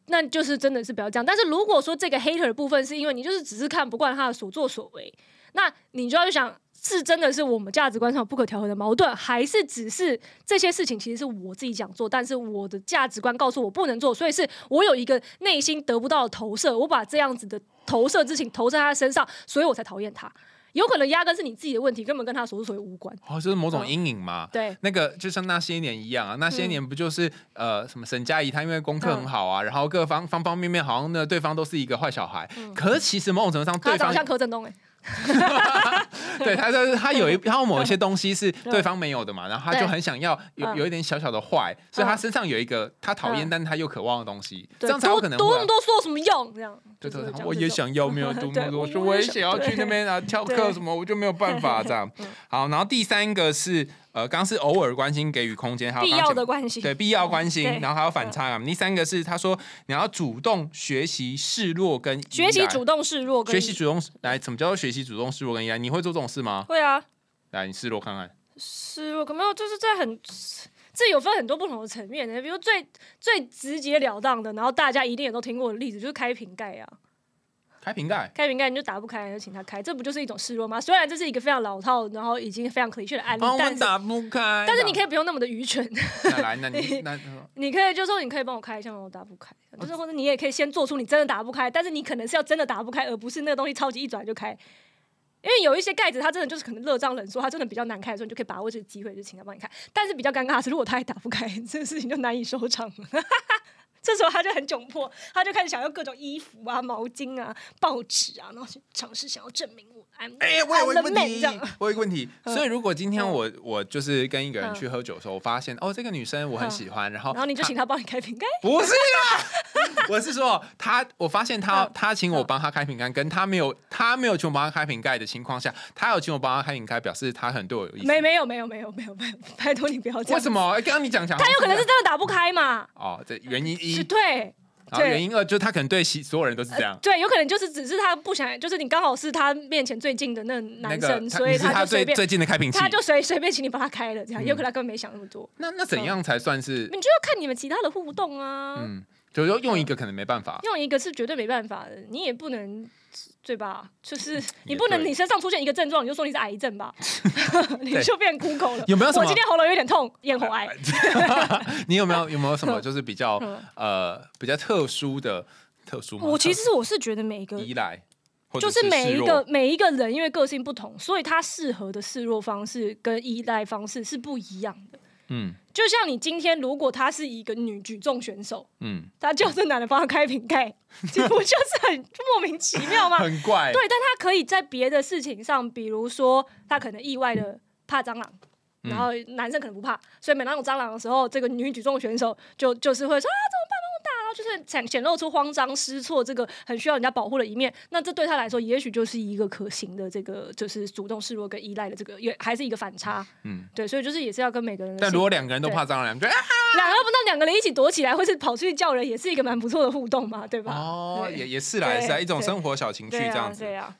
Speaker 3: 那就是真的是不要这样。但是如果说这个 hater 的部分是因为你就是只是看不惯他的所作所为，那你就要去想。是真的是我们价值观上有不可调和的矛盾，还是只是这些事情其实是我自己想做，但是我的价值观告诉我不能做，所以是我有一个内心得不到的投射，我把这样子的投射之情投射在他身上，所以我才讨厌他。有可能压根是你自己的问题，根本跟他所作所为无关。
Speaker 1: 哦，就是某
Speaker 3: 嗯
Speaker 1: 种阴影嘛。
Speaker 3: 对，
Speaker 1: 那个就像那些年一样啊，那些年不就是、
Speaker 3: 嗯
Speaker 1: 呃什么沈佳宜，她因为功课很好啊，然后各方方方面面好像呢对方都是一个坏小孩，
Speaker 3: 嗯
Speaker 1: 可是其实某种程度上
Speaker 3: 他
Speaker 1: 对方
Speaker 3: 长得像柯震东哎、
Speaker 1: 对他就是他有一他某一些东西是对方没有的嘛，然后他就很想要有
Speaker 3: 嗯
Speaker 1: 有一点小小的坏，所以他身上有一个他讨厌
Speaker 3: 嗯
Speaker 1: 但是他又渴望的东西，这
Speaker 3: 对，
Speaker 1: 样才有可能
Speaker 3: 多
Speaker 1: 会
Speaker 3: 多
Speaker 1: 啊
Speaker 3: 么。多说有什么用？这样，
Speaker 1: 对对，
Speaker 3: 就是
Speaker 1: 对
Speaker 3: 讲
Speaker 1: 我
Speaker 3: 这
Speaker 1: 也
Speaker 3: 种
Speaker 1: 想要，没 有多
Speaker 3: 对
Speaker 1: 么多。
Speaker 3: 我
Speaker 1: 我说
Speaker 3: 我
Speaker 1: 我
Speaker 3: 也
Speaker 1: 也
Speaker 3: 想
Speaker 1: 想要去那边 啊，翘课
Speaker 3: 对
Speaker 1: 什么，我就没有办法这样
Speaker 3: 嗯。
Speaker 1: 好，然后第三个是呃，刚刚是偶尔关心给予空间，还有
Speaker 3: 必
Speaker 1: 刚刚
Speaker 3: 要
Speaker 1: 讲
Speaker 3: 的关系。
Speaker 1: 对，必要关心，
Speaker 3: 对
Speaker 1: 然后还有反差感。第三个是他说你要主动学习示弱跟依
Speaker 3: 学习
Speaker 1: 赖
Speaker 3: 主动示弱跟
Speaker 1: 学习主动来，什么叫做学习主动示弱跟依赖？你会做这种事吗？
Speaker 3: 会啊，
Speaker 1: 来，你示弱看看。
Speaker 3: 示弱可没有，就是在很这有分很多不同的层面的，比如最最直截了当的，然后大家一定也都听过的例子，就是开瓶盖啊，
Speaker 1: 开瓶盖，
Speaker 3: 开瓶盖你就打不开，你就请他开，这不就是一种示弱吗？虽然这是一个非常老套，然后已经非常 c l i 的案例，
Speaker 1: 帮我
Speaker 3: 但是
Speaker 1: 打不开。
Speaker 3: 但是你可以不用那么的愚蠢，
Speaker 1: 那来，那 你那
Speaker 3: 你可以就说你可以帮我开一下吗？我打不开，
Speaker 1: 哦
Speaker 3: 就是或者你也可以先做出你真的打不开，但是你可能是要真的打不开，而不是那个东西超级一转就开。因为有一些盖子，它真的就是可能热胀冷缩，它真的比较难开的时候，你就可以把握这个机会，就请他帮你开。但是比较尴尬的是，如果他也打不开，这个事情就难以收场了。 这时候他就很窘迫，他就开始想要各种衣服啊、毛巾啊、报纸啊，然后去尝试想要证明我 I'm
Speaker 1: 哎、我有一
Speaker 3: I'm
Speaker 1: 个
Speaker 3: the
Speaker 1: 问
Speaker 3: man 这
Speaker 1: 题
Speaker 3: 样。，
Speaker 1: 我有一个问 题。所以如果今天我我就是跟一个人
Speaker 3: 嗯
Speaker 1: 去喝酒的时候，我发现哦，这个女生我很喜欢，然后
Speaker 3: 然后你就
Speaker 1: 她
Speaker 3: 请他帮你开瓶哎盖，
Speaker 1: 不是啦，我是说他，我发现他
Speaker 3: 嗯
Speaker 1: 他请我帮他开瓶盖，跟他没有他没有请我帮他开瓶盖的情况下，他有请我帮他开瓶盖，表示他很对我有意思。
Speaker 3: 没没有没有没有没有没有，拜托你不要这样。
Speaker 1: 为什？么？哎刚刚你讲讲，
Speaker 3: 他有可能是真的打不开嘛。
Speaker 1: 哦，这原因一
Speaker 3: 是，对
Speaker 1: 然后
Speaker 3: 对呃
Speaker 1: 原因二就是他可能对其所有人都是这样。
Speaker 3: 对，有可能就是只是他不想，就是你刚好是他面前最近的那
Speaker 1: 那
Speaker 3: 男
Speaker 1: 个
Speaker 3: 生，
Speaker 1: 他
Speaker 3: 所以
Speaker 1: 你是他
Speaker 3: 就随
Speaker 1: 最
Speaker 3: 便
Speaker 1: 最近嗯的开瓶器，
Speaker 3: 他就随随便请你帮他开了，这样、有可能他根本没想那么多。
Speaker 1: 那那怎样才算是
Speaker 3: 你就要看你们其他的互动嗯啊，
Speaker 1: 嗯？就是说用一个可能没办法，
Speaker 3: 用一个是绝对没办法的，你也不能。对吧？ 就是你
Speaker 1: 也
Speaker 3: 不能
Speaker 1: 对
Speaker 3: 你身上出现一个症状，你就说你是癌 症吧，你
Speaker 1: 对
Speaker 3: 就变 Google 了。
Speaker 1: 有没有什么啊
Speaker 3: 我今天喉咙有点痛，咽喉癌。
Speaker 1: 你有没有有没有什么就是比较
Speaker 3: 嗯
Speaker 1: 呃比较特殊的特殊吗？
Speaker 3: 我其实我是觉得每一个
Speaker 1: 依赖或者
Speaker 3: 就是每
Speaker 1: 示
Speaker 3: 一
Speaker 1: 弱
Speaker 3: 个每一个人因为个性不同，所以他适合的示弱方式跟依赖方式是不一样的。
Speaker 1: 嗯
Speaker 3: 就像你今天如果他是一个女举重选手，
Speaker 1: 嗯，
Speaker 3: 他叫这男的帮他开瓶盖，这不就是很莫名其 妙吗？
Speaker 1: 很怪，
Speaker 3: 啊对，但他可以在别的事情上，比如说他可能意外的怕蟑螂。
Speaker 1: 嗯
Speaker 3: 然后男生可能不怕，所以每当有蟑螂的时候，这个女举重选手就就是会说啊怎么办，帮我打，然后就是显显露出慌张失措这个很需要人家保护的一面。那这对他来说，也许就是一个可行的这个就是主动示弱跟依赖的这个，也还是一个反差。
Speaker 1: 嗯。
Speaker 3: 对，所以就是也是要跟每个人的性格。
Speaker 1: 但如果两个人都怕蟑螂，就啊
Speaker 3: 两个不那两个人一起躲起来，或是跑出去叫人，也是一个蛮不错的互动嘛，对吧？
Speaker 1: 哦，
Speaker 3: 对
Speaker 1: 也也是啦，也是啦，
Speaker 3: 对
Speaker 1: 一种
Speaker 3: 对
Speaker 1: 生活小情趣
Speaker 3: 对
Speaker 1: 这
Speaker 3: 啊
Speaker 1: 样，子
Speaker 3: 对。啊，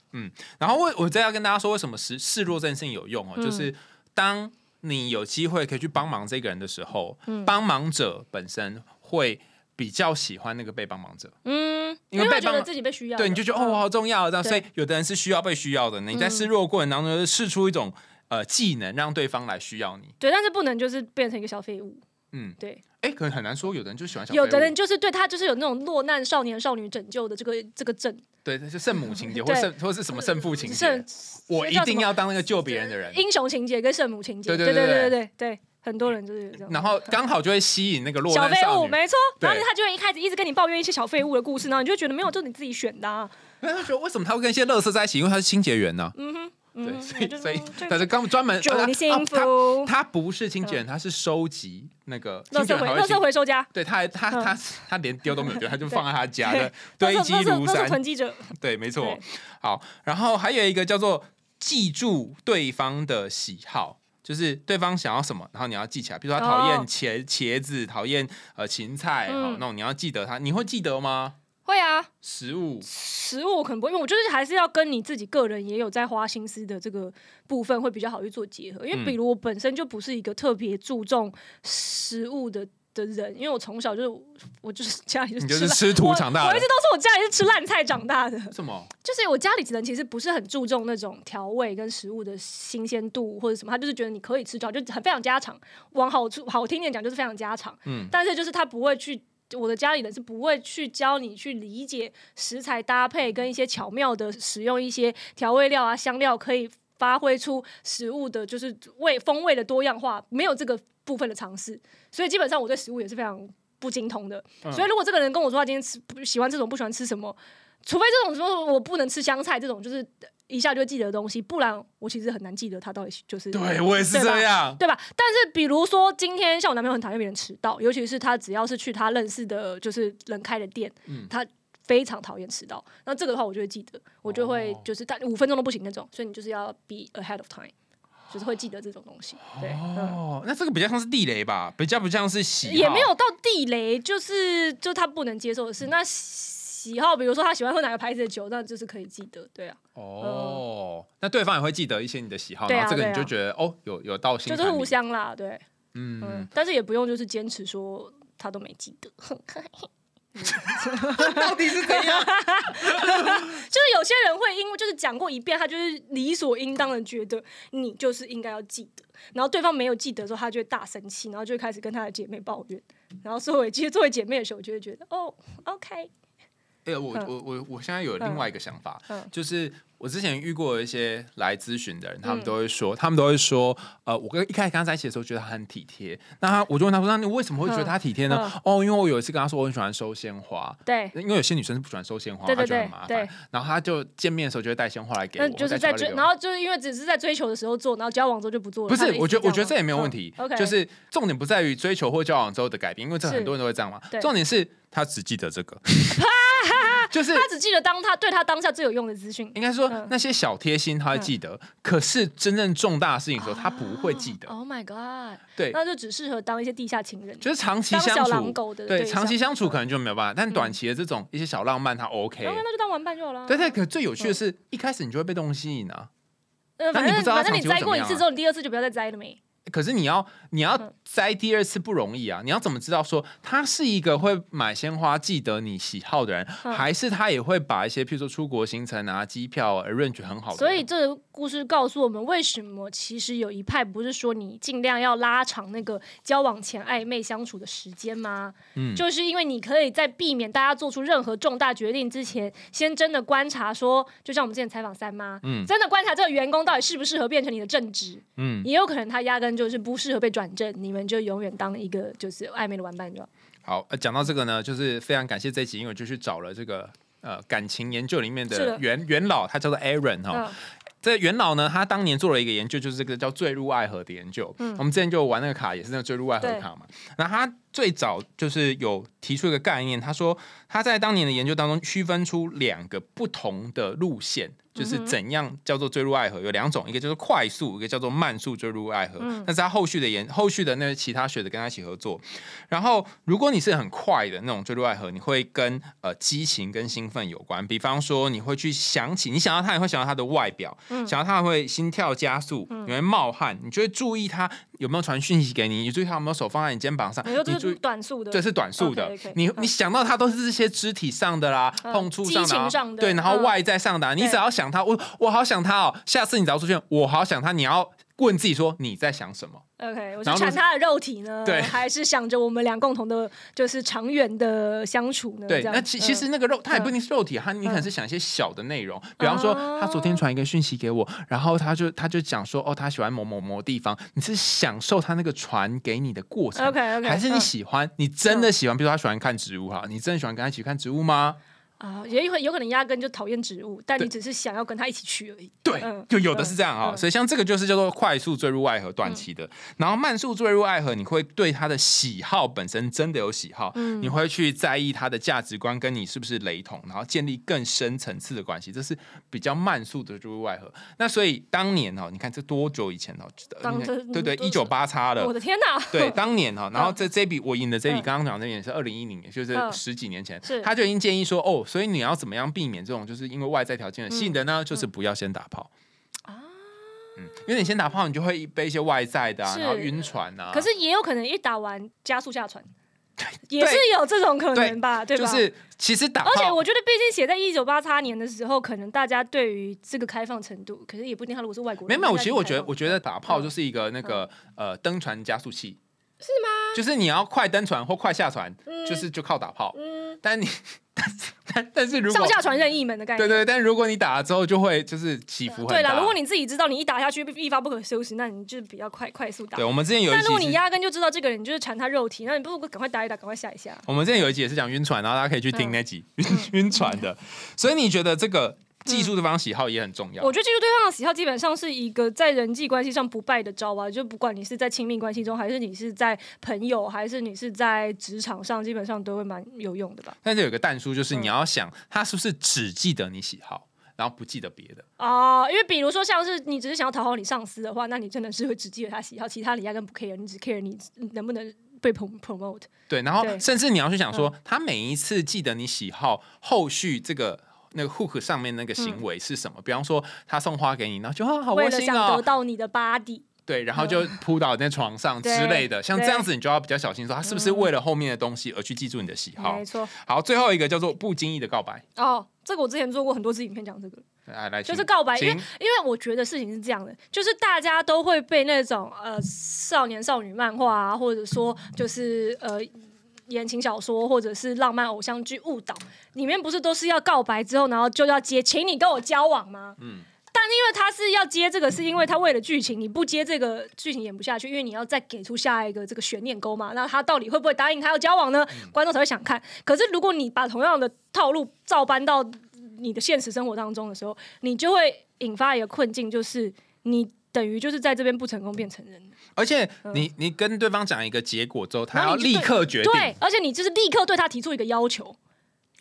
Speaker 1: 然后我我再要跟大家说，为什么示示弱这件事情有用哦，
Speaker 3: 嗯
Speaker 1: 就是当你有机会可以去帮忙这个人的时候，
Speaker 3: 嗯
Speaker 1: 帮忙者本身会比较喜欢那个被帮忙者，
Speaker 3: 嗯，
Speaker 1: 因
Speaker 3: 因
Speaker 1: 为
Speaker 3: 为
Speaker 1: 被
Speaker 3: 他觉
Speaker 1: 帮
Speaker 3: 得
Speaker 1: 忙
Speaker 3: 自己被需要了，
Speaker 1: 对，你就觉得哦，我好重要哦这样。
Speaker 3: 嗯对嗯
Speaker 1: 所以有的人是需要被需要的，你在示弱的过程当中，就是试出一种呃技能，让对方来需要你。
Speaker 3: 对，但是不能就是变成一个小废物。
Speaker 1: 嗯，
Speaker 3: 对，
Speaker 1: 哎，可能很难说，有的人就喜欢小
Speaker 3: 有
Speaker 1: 废
Speaker 3: 的
Speaker 1: 物
Speaker 3: 人就是对他就是有那种落难少年少女拯救的这个这个症，
Speaker 1: 对，就圣母情 节，或
Speaker 3: 对嗯
Speaker 1: 圣或是什么圣父情节
Speaker 3: 圣，
Speaker 1: 我
Speaker 3: 那
Speaker 1: 一
Speaker 3: 叫什
Speaker 1: 定
Speaker 3: 么
Speaker 1: 要当那个救别人的人。
Speaker 3: 英雄情节跟圣母情节，
Speaker 1: 对对
Speaker 3: 对
Speaker 1: 对对
Speaker 3: 对对对很多人就是有这种。
Speaker 1: 然后刚好就会吸引那个落
Speaker 3: 小
Speaker 1: 难
Speaker 3: 废
Speaker 1: 少
Speaker 3: 物
Speaker 1: 女，
Speaker 3: 没错，
Speaker 1: 对
Speaker 3: 然后他就会一开始一直跟你抱怨一些小废物的故事，然后你就觉得没有，就你自己选的、啊。
Speaker 1: 那他觉得为什么他会跟一些乐色在一起？因为他是清洁员呢、
Speaker 3: 嗯哼，
Speaker 1: 对，
Speaker 3: 嗯
Speaker 1: 所
Speaker 3: 哼，
Speaker 1: 以所以
Speaker 3: 就
Speaker 1: 他是刚专门
Speaker 3: 祝你幸
Speaker 1: 啊
Speaker 3: 福
Speaker 1: 他，他不是清洁人，他是收集那个清
Speaker 3: 乐
Speaker 1: 洁
Speaker 3: 色
Speaker 1: 人
Speaker 3: 回
Speaker 1: 还会
Speaker 3: 乐色
Speaker 1: 清。
Speaker 3: 回收家，
Speaker 1: 对，他还他
Speaker 3: 嗯
Speaker 1: 他他连丢都没有丢，他就
Speaker 3: 对
Speaker 1: 放在他家
Speaker 3: 对
Speaker 1: 的
Speaker 3: 乐
Speaker 1: 堆
Speaker 3: 色
Speaker 1: 积
Speaker 3: 乐色
Speaker 1: 如
Speaker 3: 乐色囤
Speaker 1: 山。
Speaker 3: 积者，
Speaker 1: 对，没错
Speaker 3: 对。
Speaker 1: 好，然后还有一个叫做记住对方的喜好。就是对方想要什么，然后你要记起来。比如说他讨厌
Speaker 3: 哦
Speaker 1: 茄茄子，讨厌呃芹菜，好
Speaker 3: 嗯
Speaker 1: 那种你要记得他。你会记得吗？
Speaker 3: 会啊，
Speaker 1: 食物
Speaker 3: 食物我可能不会，因为我就是还是要跟你自己个人也有在花心思的这个部分会比较好去做结合。因
Speaker 1: 嗯
Speaker 3: 为比如我本身就不是一个特别注重食物的的人，因为我从小就是我就是家里就是
Speaker 1: 你就是
Speaker 3: 烂
Speaker 1: 吃土
Speaker 3: 我
Speaker 1: 长大的
Speaker 3: 我一直都说我家里是吃烂菜长大的，
Speaker 1: 什么？
Speaker 3: 就是我家里人其实不是很注重那种调味跟食物的新鲜度或者什么，他就是觉得你可以吃就好，就很非常家常。往好处好听点讲就是非常家常，
Speaker 1: 嗯
Speaker 3: 但是就是他不会去。我的家里人是不会去教你去理解食材搭配跟一些巧妙的使用一些调味料啊香料，可以发挥出食物的就是味风味的多样化，没有这个部分的尝试，所以基本上我对食物也是非常不精通的。
Speaker 1: 嗯
Speaker 3: 所以如果这个人跟我说他今天吃不喜欢这种不喜欢吃什么，除非这种说我不能吃香菜这种就是一下就记得的东西，不然我其实很难记得他到底就是
Speaker 1: 对我也是
Speaker 3: 对吧
Speaker 1: 这样。
Speaker 3: 对吧？但是比如说今天像我男朋友很讨厌别人迟到，尤其是他只要是去他认识的就是人开的店，
Speaker 1: 嗯
Speaker 3: 他。非常讨厌迟到，那这个的话我就会记得，我就会
Speaker 1: 哦
Speaker 3: 就是但五分钟都不行那种，所以你就是要 be ahead of time，就是会记得这种东西。对，嗯。
Speaker 1: 哦，那这个比较像是地雷吧，比较不像是喜好，
Speaker 3: 也没有到地雷，就是就他不能接受的事。那喜好，比如说他喜欢喝哪个牌子的酒，那就是可以记得，对啊，
Speaker 1: 哦。那对方也会记得一些你的喜好，
Speaker 3: 对啊
Speaker 1: 然后这个你
Speaker 3: 对
Speaker 1: 就
Speaker 3: 啊
Speaker 1: 觉得哦，有有到心
Speaker 3: 就
Speaker 1: 坎
Speaker 3: 是
Speaker 1: 里，
Speaker 3: 互相啦，对，
Speaker 1: 嗯，
Speaker 3: 嗯，但是也不用就是坚持说他都没记得，
Speaker 1: 到底是怎样？
Speaker 3: 就是有些人会因为就是讲过一遍，他就是理所应当的觉得你就是应该要记得，然后对方没有记得的时候，他就会大生气，然后就会开始跟他的姐妹抱怨，然后作为其实作为姐妹的时候，我就会觉得哦，OK，
Speaker 1: 哎、我
Speaker 3: 嗯
Speaker 1: 我我我现在有另外一个想法，
Speaker 3: 嗯
Speaker 1: 就是我之前遇过一些来咨询的人，他们
Speaker 3: 嗯
Speaker 1: 都会说，他们都会说，呃，我跟一开始跟他在一起的时候，觉得他很体贴，那他我就问他说，那你为什么会觉得他体贴呢？
Speaker 3: 嗯
Speaker 1: 哦，因为我有一次跟他说我很喜欢收鲜花。
Speaker 3: 对。
Speaker 1: 因为有些女生是不喜欢收鲜花，
Speaker 3: 对对
Speaker 1: 她觉得
Speaker 3: 对
Speaker 1: 很麻
Speaker 3: 对
Speaker 1: 烦，，然后她就见面的时候就会带鲜花来给我，
Speaker 3: 那
Speaker 1: 或
Speaker 3: 就是
Speaker 1: 带巧
Speaker 3: 在
Speaker 1: 克力
Speaker 3: 追，
Speaker 1: 给我
Speaker 3: 然后就是因为只是在追求的时候做，然后交往之后就不做了。
Speaker 1: 不
Speaker 3: 他的
Speaker 1: 是
Speaker 3: 意，思
Speaker 1: 我觉得我觉得这
Speaker 3: 这
Speaker 1: 也
Speaker 3: 样吗
Speaker 1: 没有问
Speaker 3: 嗯
Speaker 1: 题，
Speaker 3: OK，
Speaker 1: 就是重点不在于追求或交往之后的改变，因为这
Speaker 3: 是
Speaker 1: 很多人都会这样嘛
Speaker 3: 对。
Speaker 1: 重点是他只记得这 个，就是
Speaker 3: 他只记得当他对他当下最有用的资讯。
Speaker 1: 应该说
Speaker 3: 嗯
Speaker 1: 那些小贴心他会记得，可是真正重大的事情的时候他不会记得。
Speaker 3: Oh my god！
Speaker 1: 对，
Speaker 3: 啊那就只适合当一些地下情人，
Speaker 1: 就是长期
Speaker 3: 当
Speaker 1: 相
Speaker 3: 小狼
Speaker 1: 处，
Speaker 3: 狗的
Speaker 1: 对
Speaker 3: 象嗯
Speaker 1: 长期相处可能就没有办法，但短期的这种一些小浪漫他 OK
Speaker 3: 然。后那就当玩伴就好了。啊
Speaker 1: 对对，可最有趣
Speaker 3: 嗯
Speaker 1: 的是一开始你就会被动西引啊，
Speaker 3: 呃，
Speaker 1: 那
Speaker 3: 反
Speaker 1: 你不
Speaker 3: 正
Speaker 1: 知道他
Speaker 3: 反正你
Speaker 1: 长期会
Speaker 3: 栽
Speaker 1: 怎
Speaker 3: 过
Speaker 1: 么
Speaker 3: 一
Speaker 1: 样啊
Speaker 3: 次之后，你第二次就不要再栽了没？
Speaker 1: 可是你要你要
Speaker 3: 嗯
Speaker 1: 摘第二次不容易啊！你要怎么知道说他是一个会买鲜花记得你喜好的人，
Speaker 3: 嗯
Speaker 1: 还是他也会把一些譬如说出国行程啊、机票啊 arrange 很好的人？
Speaker 3: 所以这个故事告诉我们，为什么其实有一派不是说你尽量要拉长那个交往前暧昧相处的时间吗？
Speaker 1: 嗯
Speaker 3: 就是因为你可以在避免大家做出任何重大决定之前，先真的观察说，就像我们之前采访三妈，
Speaker 1: 嗯
Speaker 3: 真的观察这个员工到底适不适合变成你的正职，
Speaker 1: 嗯，
Speaker 3: 也有可能他压根就是不适合被转正，你们就永远当一个就是暧昧的玩伴就好。
Speaker 1: 好，呃讲到这个呢，就是非常感谢这一集，因为我就去找了这个呃感情研究里面
Speaker 3: 是
Speaker 1: 的
Speaker 3: 的
Speaker 1: 元元老，他叫做 Aaron 哈、
Speaker 3: 嗯
Speaker 1: 这元老呢，他当年做了一个研究，就是这个叫坠入爱河的研究。
Speaker 3: 嗯
Speaker 1: 我们之前就有玩那个卡，也是那个坠入爱河卡嘛。那他最早就是有提出一个概念，他说他在当年的研究当中区分出两个不同的路线，
Speaker 3: 嗯
Speaker 1: 就是怎样叫做坠入爱河，有两种，一个就是快速，一个叫做慢速坠入爱河。
Speaker 3: 嗯
Speaker 1: 但是他后续的研后续的那其他学者跟他一起合作，然后，如果你是很快的那种坠入爱河，你会跟呃激情跟兴奋有关。比方说，你会去想起你想要他，你会想到他的外表，
Speaker 3: 嗯
Speaker 1: 想到他会心跳加速，你会冒汗，你就会注意他有没有传讯息给你，你注意他有没有手放在你肩膀上，
Speaker 3: 你说
Speaker 1: 啊你
Speaker 3: 哎这
Speaker 1: 注
Speaker 3: 是
Speaker 1: 意。
Speaker 3: 短速的，
Speaker 1: 这是短速的
Speaker 3: OK，OK，
Speaker 1: 你
Speaker 3: 嗯
Speaker 1: 你想到他都是这些肢体上的啦，
Speaker 3: 嗯
Speaker 1: 碰触上
Speaker 3: 激
Speaker 1: 的,、啊
Speaker 3: 情上的
Speaker 1: 对，然后
Speaker 3: 嗯
Speaker 1: 外在上的啊、你
Speaker 3: 对
Speaker 1: 只要想他，我我好想他哦，下次你只要出现，我好想他，你要问自己说你在想什么。
Speaker 3: OK，我
Speaker 1: 然
Speaker 3: 是
Speaker 1: 后
Speaker 3: 馋
Speaker 1: 就是
Speaker 3: 他的肉体呢，
Speaker 1: 对
Speaker 3: 还是想着我们俩共同的，就是长远的相处呢？
Speaker 1: 对，
Speaker 3: 这样
Speaker 1: 那其其实那个肉，它也不一定是肉体，它你可能
Speaker 3: 嗯哦
Speaker 1: 是想一些小的内容，比方说他昨天传一个讯息给我，然后他就他就讲说，哦，他喜欢某某某地方，你是享受他那个传给你的过程。
Speaker 3: OK OK，
Speaker 1: 还是你喜欢，你真
Speaker 3: 嗯
Speaker 1: 的喜欢，比如说他喜欢看植物哈，你真的喜欢跟他一起看植物吗？
Speaker 3: 啊，也有有可能压根就讨厌植物，但
Speaker 1: 对
Speaker 3: 你只是想要跟他一起去而已。
Speaker 1: 对
Speaker 3: 嗯，
Speaker 1: 就有的是这样啊，
Speaker 3: 嗯
Speaker 1: 所以像这个就是叫做快速坠入爱河短期的，然后慢速坠入爱河，你会对他的喜好本身真的有喜好，
Speaker 3: 嗯
Speaker 1: 你会去在意他的价值观跟你是不是雷同，然后建立更深层次的关系，这是比较慢速的坠入爱河。那所以当年哦，你看这多久以前哦？
Speaker 3: 当
Speaker 1: 你看
Speaker 3: 这
Speaker 1: 对对，
Speaker 3: 都
Speaker 1: 一
Speaker 3: 是
Speaker 1: 九八叉了
Speaker 3: 我。的天哪！
Speaker 1: 对，当年哈，然后
Speaker 3: 嗯
Speaker 1: 这这笔我赢的这笔，
Speaker 3: 嗯
Speaker 1: 刚刚讲的那也是二零一零年，就是
Speaker 3: 嗯
Speaker 1: 十几年前
Speaker 3: 是，
Speaker 1: 他就已经建议说，哦，所以你要怎么样避免这种就是因为外在条件
Speaker 3: 嗯
Speaker 1: 的吸引的呢？就是不要先打炮
Speaker 3: 啊
Speaker 1: 嗯，因为你先打炮，你就会被一些外在的、啊，
Speaker 3: 是
Speaker 1: 然后晕船啊。
Speaker 3: 可是也有可能一打完加速下船，也是有这种可能吧？对吧？
Speaker 1: 就是其实打
Speaker 3: 而且
Speaker 1: 炮，
Speaker 3: 我觉得，毕竟写在一九八八年的时候，可能大家对于这个开放程度，可是也不一定。他如果是外国
Speaker 1: 没
Speaker 3: 人，
Speaker 1: 有没有，
Speaker 3: 那
Speaker 1: 其实
Speaker 3: 就
Speaker 1: 我
Speaker 3: 开
Speaker 1: 觉得
Speaker 3: 放
Speaker 1: 我觉得打炮
Speaker 3: 嗯
Speaker 1: 就是一个那个呃登船加速器，是吗？就是你要快登船或快下船，就是就靠打炮。
Speaker 3: 嗯
Speaker 1: 但你 但是但是如果
Speaker 3: 上下船任意门的概念
Speaker 1: 对。对，但如果你打了之后，就会就是起伏很大。
Speaker 3: 呃对啦，如果你自己知道你一打下去一发不可收拾，那你就比较快快速打
Speaker 1: 对，。我们之前有一
Speaker 3: 但
Speaker 1: 集
Speaker 3: 如果你
Speaker 1: 是，
Speaker 3: 压根就知道这个人你就是馋他肉体，那你不如赶快打一打，赶快下一下。
Speaker 1: 我们之前有一集也是讲晕船，然后大家可以去听
Speaker 3: 嗯
Speaker 1: 那集晕晕船的。所以你觉得这个技术对方喜好也很重要
Speaker 3: 我？觉得技术对方的喜好基本上是一个在人际关系上不败的招啊，就不管你是在亲密关系中，还是你是在朋友，还是你是在职场上，基本上都会蛮有用的吧。
Speaker 1: 但是有一个淡书，就是
Speaker 3: 嗯
Speaker 1: 你要想他是不是只记得你喜好，然后不记得别的。
Speaker 3: 啊、因为比如说像是你只是想要讨好你上司的话，那你真的是会只记得他喜好，其他你压根不 care，你只 care 你能不能被 prom- promote。
Speaker 1: 对，然后
Speaker 3: 对嗯
Speaker 1: 甚至你要去想说，他每一次记得你喜好，后续这个。那个 hook 上面那个行为是什么？比方说，他送花给你，然后就啊好
Speaker 3: 嗯为
Speaker 1: 窝
Speaker 3: 了
Speaker 1: 心
Speaker 3: 想
Speaker 1: 啊、
Speaker 3: 得到你的 body，
Speaker 1: 对，然后就扑倒在床上之类的。
Speaker 3: 对嗯
Speaker 1: 像这样子，你就要比较小心，说他是不是为了后面的东西而去记住你的喜好
Speaker 3: 没。错。
Speaker 1: 好，最后一个叫做不经意的告白，
Speaker 3: 哦，这个我之前做过很多支影片讲这个。
Speaker 1: 来来，
Speaker 3: 就是
Speaker 1: 请
Speaker 3: 告白，因为
Speaker 1: 请
Speaker 3: 因为我觉得事情是这样的，就是大家都会被那种呃少年少女漫画啊，或者说就是呃言情小说或者是浪漫偶像剧误导，里面不是都是要告白之后，然后就要接，请你跟我交往吗？
Speaker 1: 嗯
Speaker 3: 但因为他是要接这个，是因为他为了剧情，你不接这个剧情演不下去，因为你要再给出下一个这个悬念钩嘛。那他到底会不会答应他要交往呢？观众才会想看。可是如果你把同样的套路照搬到你的现实生活当中的时候，你就会引发一个困境，就是你等于就是在这边不成功变成人，
Speaker 1: 而且你你跟对方讲一个结果之后，他
Speaker 3: 嗯然
Speaker 1: 要
Speaker 3: 后你
Speaker 1: 立
Speaker 3: 就
Speaker 1: 刻决定。
Speaker 3: 对，而且你就是立刻对他提出一个要求，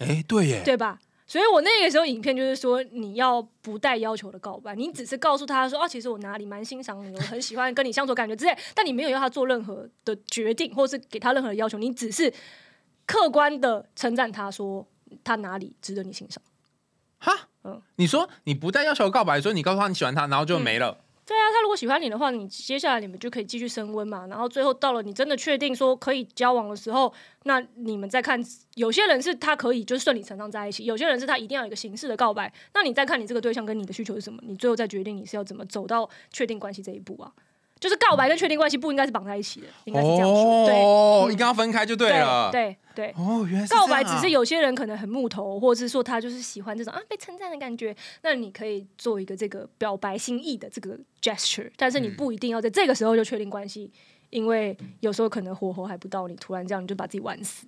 Speaker 1: 哎，对耶，
Speaker 3: 对吧？所以我那个时候影片就是说，你要不带要求的告白，你只是告诉他说，哦，其实我哪里蛮欣赏你，我很喜欢跟你相处的感觉之类，但你没有要他做任何的决定，或是给他任何的要求，你只是客观的称赞他说他哪里值得你欣赏。
Speaker 1: 哈
Speaker 3: 嗯，
Speaker 1: 你说你不但要求告白，所以你告诉他你喜欢他，然后就没了。
Speaker 3: 对啊，他如果喜欢你的话，你接下来你们就可以继续升温嘛。然后最后到了你真的确定说可以交往的时候，那你们再看。有些人是他可以就是顺理成章在一起，有些人是他一定要有一个形式的告白。那你再看你这个对象跟你的需求是什么，你最后再决定你是要怎么走到确定关系这一步啊。就是告白跟确定关系不应该是绑在一起的，应该是这样说。嗯
Speaker 1: 哦，应该要分开就对
Speaker 3: 对
Speaker 1: 了。
Speaker 3: 对对对，
Speaker 1: 哦，原来是
Speaker 3: 告
Speaker 1: 这样
Speaker 3: 白
Speaker 1: 啊
Speaker 3: 只是有些人可能很木头，或者是说他就是喜欢这种啊被称赞的感觉，那你可以做一个这个表白心意的这个 gesture，但是你
Speaker 1: 嗯
Speaker 3: 不一定要在这个时候就确定关系，因为有时候可能火候还不到，你突然这样你就把自己玩死。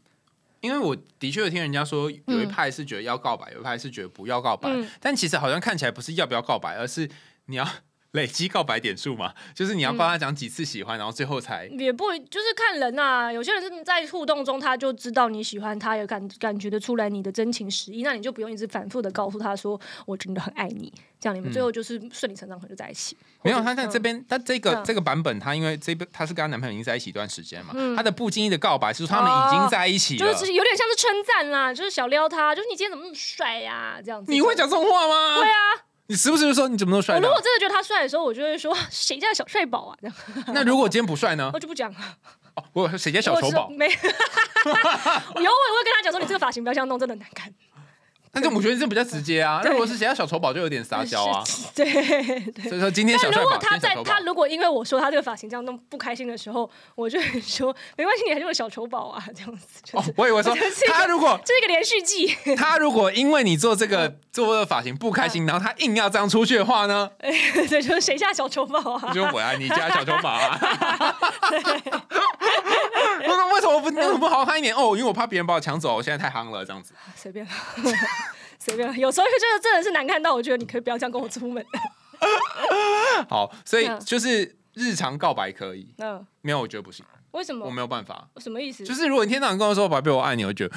Speaker 1: 因为我的确有听人家说，有一派是觉得要告白，有一派是觉得不要告白，
Speaker 3: 嗯
Speaker 1: 但其实好像看起来不是要不要告白，而是你要 累积告白点数嘛，就是
Speaker 3: 嗯
Speaker 1: 你要跟他讲几次喜欢，然后最后才。
Speaker 3: 也不就是看人呐、有些人是在互动中他就知道你喜欢他，也感感觉得出来你的真情实意，那你就不用一直反复的告诉他说我真的很爱你，这样你们最后就是顺理成章可能就在一起。
Speaker 1: 没有，他
Speaker 3: 在
Speaker 1: 在这边，他这个
Speaker 3: 嗯
Speaker 1: 这个版本，他因为这边他是跟她男朋友已经在一起一段时间嘛，
Speaker 3: 嗯
Speaker 1: 他的不经意的告白是说他们已经
Speaker 3: 哦
Speaker 1: 在一起
Speaker 3: 就
Speaker 1: 了
Speaker 3: 是。其实有点像是称赞啦，就是小撩他，就是你今天怎么那么帅呀、这样子。
Speaker 1: 你会讲这啊种话吗？
Speaker 3: 对啊，
Speaker 1: 你时不时就说你怎么那么帅
Speaker 3: 我
Speaker 1: 呢
Speaker 3: 如？果真的觉得他帅的时候，我就会说谁家的小帅宝啊，这样
Speaker 1: 那如果今天不帅呢？
Speaker 3: 我就不讲。
Speaker 1: 哦，我有谁家小丑
Speaker 3: 我
Speaker 1: 宝
Speaker 3: 是？没， 有我也会跟他讲说你这个发型不要这样弄，真的很难看。
Speaker 1: 但是我觉得这比较直接啊。那
Speaker 3: 对
Speaker 1: 如果是谁家小丑宝，就有点撒娇 啊。
Speaker 3: 对对。
Speaker 1: 所以说今天
Speaker 3: 但
Speaker 1: 小帅
Speaker 3: 如果
Speaker 1: 宝，
Speaker 3: 他
Speaker 1: 今天
Speaker 3: 在
Speaker 1: 小丑宝
Speaker 3: 他。如果因为我说他这个发型这样弄不开心的时候，我就会说没关系，你还是我小丑宝啊，这样子 就
Speaker 1: 哦
Speaker 3: 是、，
Speaker 1: 我以为说
Speaker 3: 我觉得是一个
Speaker 1: 他如果
Speaker 3: 这是一个连续剧。
Speaker 1: 他如果因为你做这个做这个发型不开
Speaker 3: 嗯
Speaker 1: 心，然后他硬要这样出去的话呢，
Speaker 3: 对，就是谁家小丑宝 啊？
Speaker 1: 就我爱你家小丑马、啊。我说为什么不为什么不好看一点？哦，因为我怕别人把我抢走，我现在太夯了，这样子。
Speaker 3: 随便啦， 随便啦。有时候就是真的是难看到，我觉得你可以不要这样跟我出门。
Speaker 1: 好，所以
Speaker 3: 嗯
Speaker 1: 就是日常告白可以，
Speaker 3: 嗯，
Speaker 1: 没有我觉得不行，
Speaker 3: 为什么
Speaker 1: 我？没有办法。
Speaker 3: 什么意思？
Speaker 1: 就是如果你天到晚跟我说“宝贝，我爱你”，我觉得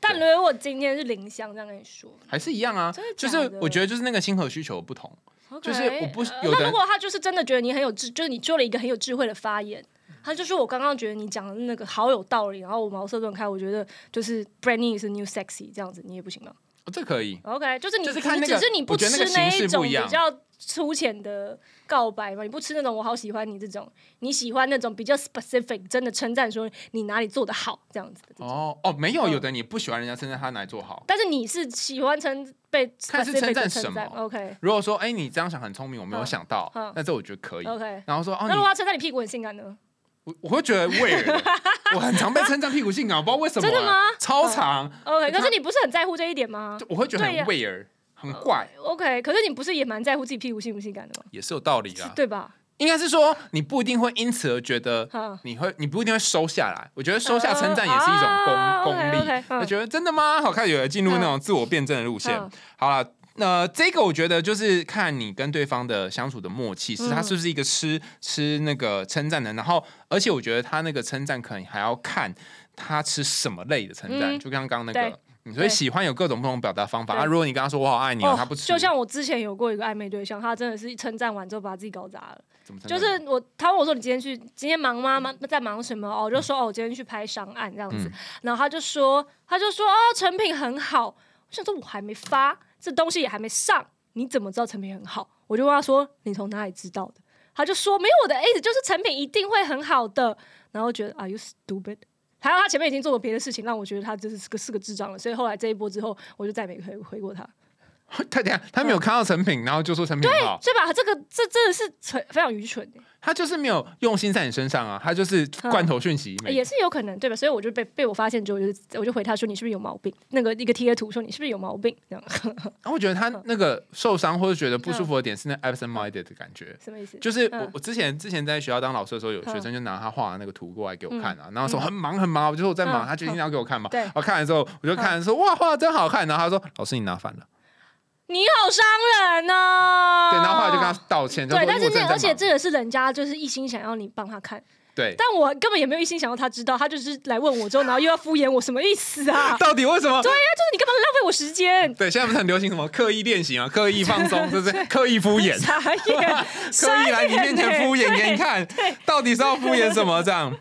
Speaker 3: 但如果今天是林香这样跟你说
Speaker 1: 还是一样啊
Speaker 3: 真的。
Speaker 1: 就
Speaker 3: 假
Speaker 1: 是
Speaker 3: 的
Speaker 1: 我觉得就是那个亲和需求不同。
Speaker 3: ，OK，
Speaker 1: 就是我不
Speaker 3: 呃
Speaker 1: 有的
Speaker 3: 那
Speaker 1: 人
Speaker 3: 如果他就是真的觉得你很有智，就是你做了一个很有智慧的发言，他就说我刚刚觉得你讲的那个好有道理，然后我茅塞顿开，我觉得就是 brand new is a new sexy 这样子，你也不行吗
Speaker 1: 哦这可以，
Speaker 3: ？OK，就是你
Speaker 1: 就是看那个
Speaker 3: 你只是你不
Speaker 1: 我觉
Speaker 3: 吃
Speaker 1: 得那个形式
Speaker 3: 一种
Speaker 1: 不一样
Speaker 3: 比较粗浅的告白嘛，你不吃那种我好喜欢你这种，你喜欢那种比较 specific 真的称赞说你哪里做的好这样子的这种。
Speaker 1: 哦哦，没有，
Speaker 3: 嗯
Speaker 1: 有的你不喜欢人家称赞他哪里做好。
Speaker 3: 但是你是喜欢称被
Speaker 1: 看是称
Speaker 3: specific
Speaker 1: 赞
Speaker 3: 的
Speaker 1: 什
Speaker 3: 称
Speaker 1: 么
Speaker 3: 赞，OK
Speaker 1: 如果说哎、你这样想很聪明，我没有
Speaker 3: 嗯
Speaker 1: 想到，
Speaker 3: 嗯
Speaker 1: 那这我觉得可以。
Speaker 3: OK。
Speaker 1: 然后说哦，
Speaker 3: 那如
Speaker 1: 你
Speaker 3: 果他称赞你屁股很性感呢？
Speaker 1: 我我会觉得 weird，我很常被称赞屁股性感，我不知道为什么、啊，
Speaker 3: 真的吗
Speaker 1: 超常，
Speaker 3: OK，
Speaker 1: 他
Speaker 3: 可是你不是很在乎这一点吗
Speaker 1: 就我会觉得很
Speaker 3: 对呀嗯
Speaker 1: weird，很怪，
Speaker 3: ？OK，可是你不是也蛮在乎自己屁股性不性感的吗？
Speaker 1: 也是有道理啊。
Speaker 3: 对吧？
Speaker 1: 应该是说你不一定会因此而觉得。
Speaker 3: 哈，
Speaker 1: 你会，你不一定会收下来。我觉得收下称赞也是一种功、
Speaker 3: 嗯啊
Speaker 1: 功力。
Speaker 3: OK，OK，嗯
Speaker 1: 我觉得真的吗？好，开始有人进入那种自我辩证的路线。
Speaker 3: 嗯
Speaker 1: 好了，那、这个我觉得就是看你跟对方的相处的默契，是他
Speaker 3: 嗯
Speaker 1: 是不是一个吃吃那个称赞的，然后而且我觉得他那个称赞可能还要看他吃什么类的称赞，
Speaker 3: 嗯
Speaker 1: 就像刚刚那个
Speaker 3: 对。
Speaker 1: 嗯所以
Speaker 3: 对
Speaker 1: 喜欢有各种不同表达方法
Speaker 3: 对
Speaker 1: 啊。如果你跟他说我好爱你哦，他不吃，
Speaker 3: 就像我之前有过一个暧昧对象，他真的是称赞完之后把自己搞砸了。
Speaker 1: 怎么称
Speaker 3: 就
Speaker 1: 赞
Speaker 3: 是我，他问我说你今天去今天忙吗？忙在忙什么？哦，我就说哦，我今天去拍商案这样子。
Speaker 1: 嗯
Speaker 3: 然后他就说，他就说哦，成品很好。我想说我还没发，这东西也还没上，你怎么知道成品很好？我就问他说你从哪里知道的？他就说没有，我的意思就是成品一定会很好的。然后我觉得 Are you stupid？还有他前面已经做过别的事情，让我觉得他就是是个是个智障了。所以后来这一波之后，我就再没回回过他。
Speaker 1: 他等一下他
Speaker 3: 嗯
Speaker 1: 没有看到成品，然后就说成品好，
Speaker 3: 所以吧，这个这真的是蠢非常愚蠢、
Speaker 1: 他就是没有用心在你身上啊，他就是罐头讯息。
Speaker 3: 欸，
Speaker 1: 每
Speaker 3: 也是有可能对吧？所以我就被被我发现之后，我就我就回他说你是不是有毛病？那个一个贴图说你是不是有毛病？这样
Speaker 1: 然后我觉得他
Speaker 3: 嗯
Speaker 1: 那个受伤或者觉得不舒服的点是那 absent minded 的感觉。
Speaker 3: 什么意思？
Speaker 1: 就是我
Speaker 3: 嗯
Speaker 1: 我之前之前在学校当老师的时候，有
Speaker 3: 嗯
Speaker 1: 学生就拿他画的那个图过来给我看啊，然后说很忙很忙，我就说我在忙，
Speaker 3: 嗯
Speaker 1: 他就一定要给我看嘛。
Speaker 3: 对嗯
Speaker 1: 我看了之后，我就看说哇画的真好看，然后他说老师你拿反了，
Speaker 3: 你好伤人哦。
Speaker 1: 对，然后后来就跟他道歉，就说
Speaker 3: 对，但
Speaker 1: 因为
Speaker 3: 是
Speaker 1: 我真
Speaker 3: 那
Speaker 1: 的
Speaker 3: 而
Speaker 1: 在
Speaker 3: 且
Speaker 1: 忙，
Speaker 3: 这也是人家就是一心想要你帮他看，
Speaker 1: 对，
Speaker 3: 但我根本也没有一心想要他知道，他就是来问我之后，然后又要敷衍我，什么意思啊？ 就
Speaker 1: 到底为什么？
Speaker 3: 是你干嘛浪费我时间？
Speaker 1: 对，现在不是很流行什么刻意练习啊，刻意放松，是不是？刻意敷衍，
Speaker 3: 傻眼，
Speaker 1: 刻意来你面前敷衍给你看，到底是要敷衍什么？这样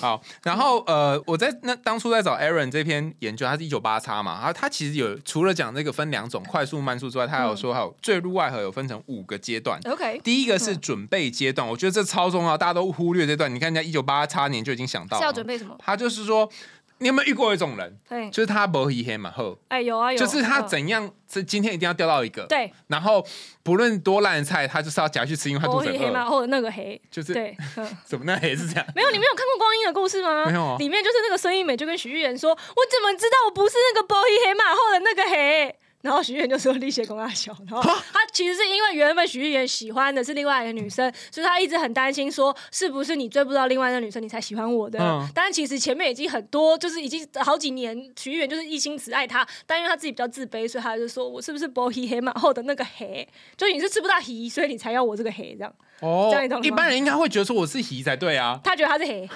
Speaker 1: 好，然后呃，我在那当初在找 Aaron 这篇研究，他是一九八叉嘛，他他其实有除了讲这个分两种快速慢速之外，他还有说还有坠入爱河有分成五个阶段。
Speaker 3: OK，
Speaker 1: 第一个是准备阶段，我觉得这超重要，大家都忽略这段。你看人家一九八叉年就已经想到
Speaker 3: 是
Speaker 1: 了
Speaker 3: 要，准备什么？
Speaker 1: 他就是说，你有没有遇过一种人，
Speaker 3: 哎
Speaker 1: 就是他不一黑嘛后，
Speaker 3: 哎，有啊有，
Speaker 1: 就是他
Speaker 3: 嗯
Speaker 1: 怎样，这今天一定要钓到一个，
Speaker 3: 对，
Speaker 1: 然后不论多烂的菜，他就是要夹去吃，因为他肚
Speaker 3: 我
Speaker 1: 子很
Speaker 3: 黑嘛，
Speaker 1: 饿。
Speaker 3: 或者那个黑，
Speaker 1: 就是
Speaker 3: 对，嗯
Speaker 1: 怎么那也是这样，
Speaker 3: 没有，你没有看过《光阴的故事》吗？
Speaker 1: 没有啊
Speaker 3: 里面就是那个孙艺美就跟许玉妍说：“我怎么知道我不是那个 boy 黑马后的那个黑？”然后许玉妍就说：“力谢公阿小。”然后他其实是因为原本许玉妍喜欢的是另外一个女生，所以他一直很担心说是不是你追不到另外一个女生，你才喜欢我的。
Speaker 1: 嗯
Speaker 3: 但是其实前面已经很多，就是已经好几年，许玉妍就是一心只爱他，但因为他自己比较自卑，所以他就说：“我是不是 boy 黑马后的那个黑？就你是吃不到黑，所以你才要我这个黑这样。”
Speaker 1: 哦
Speaker 3: 这样你懂了吗
Speaker 1: 一般人应该会觉得说我是皮才对 啊。
Speaker 3: 他觉得他是黑，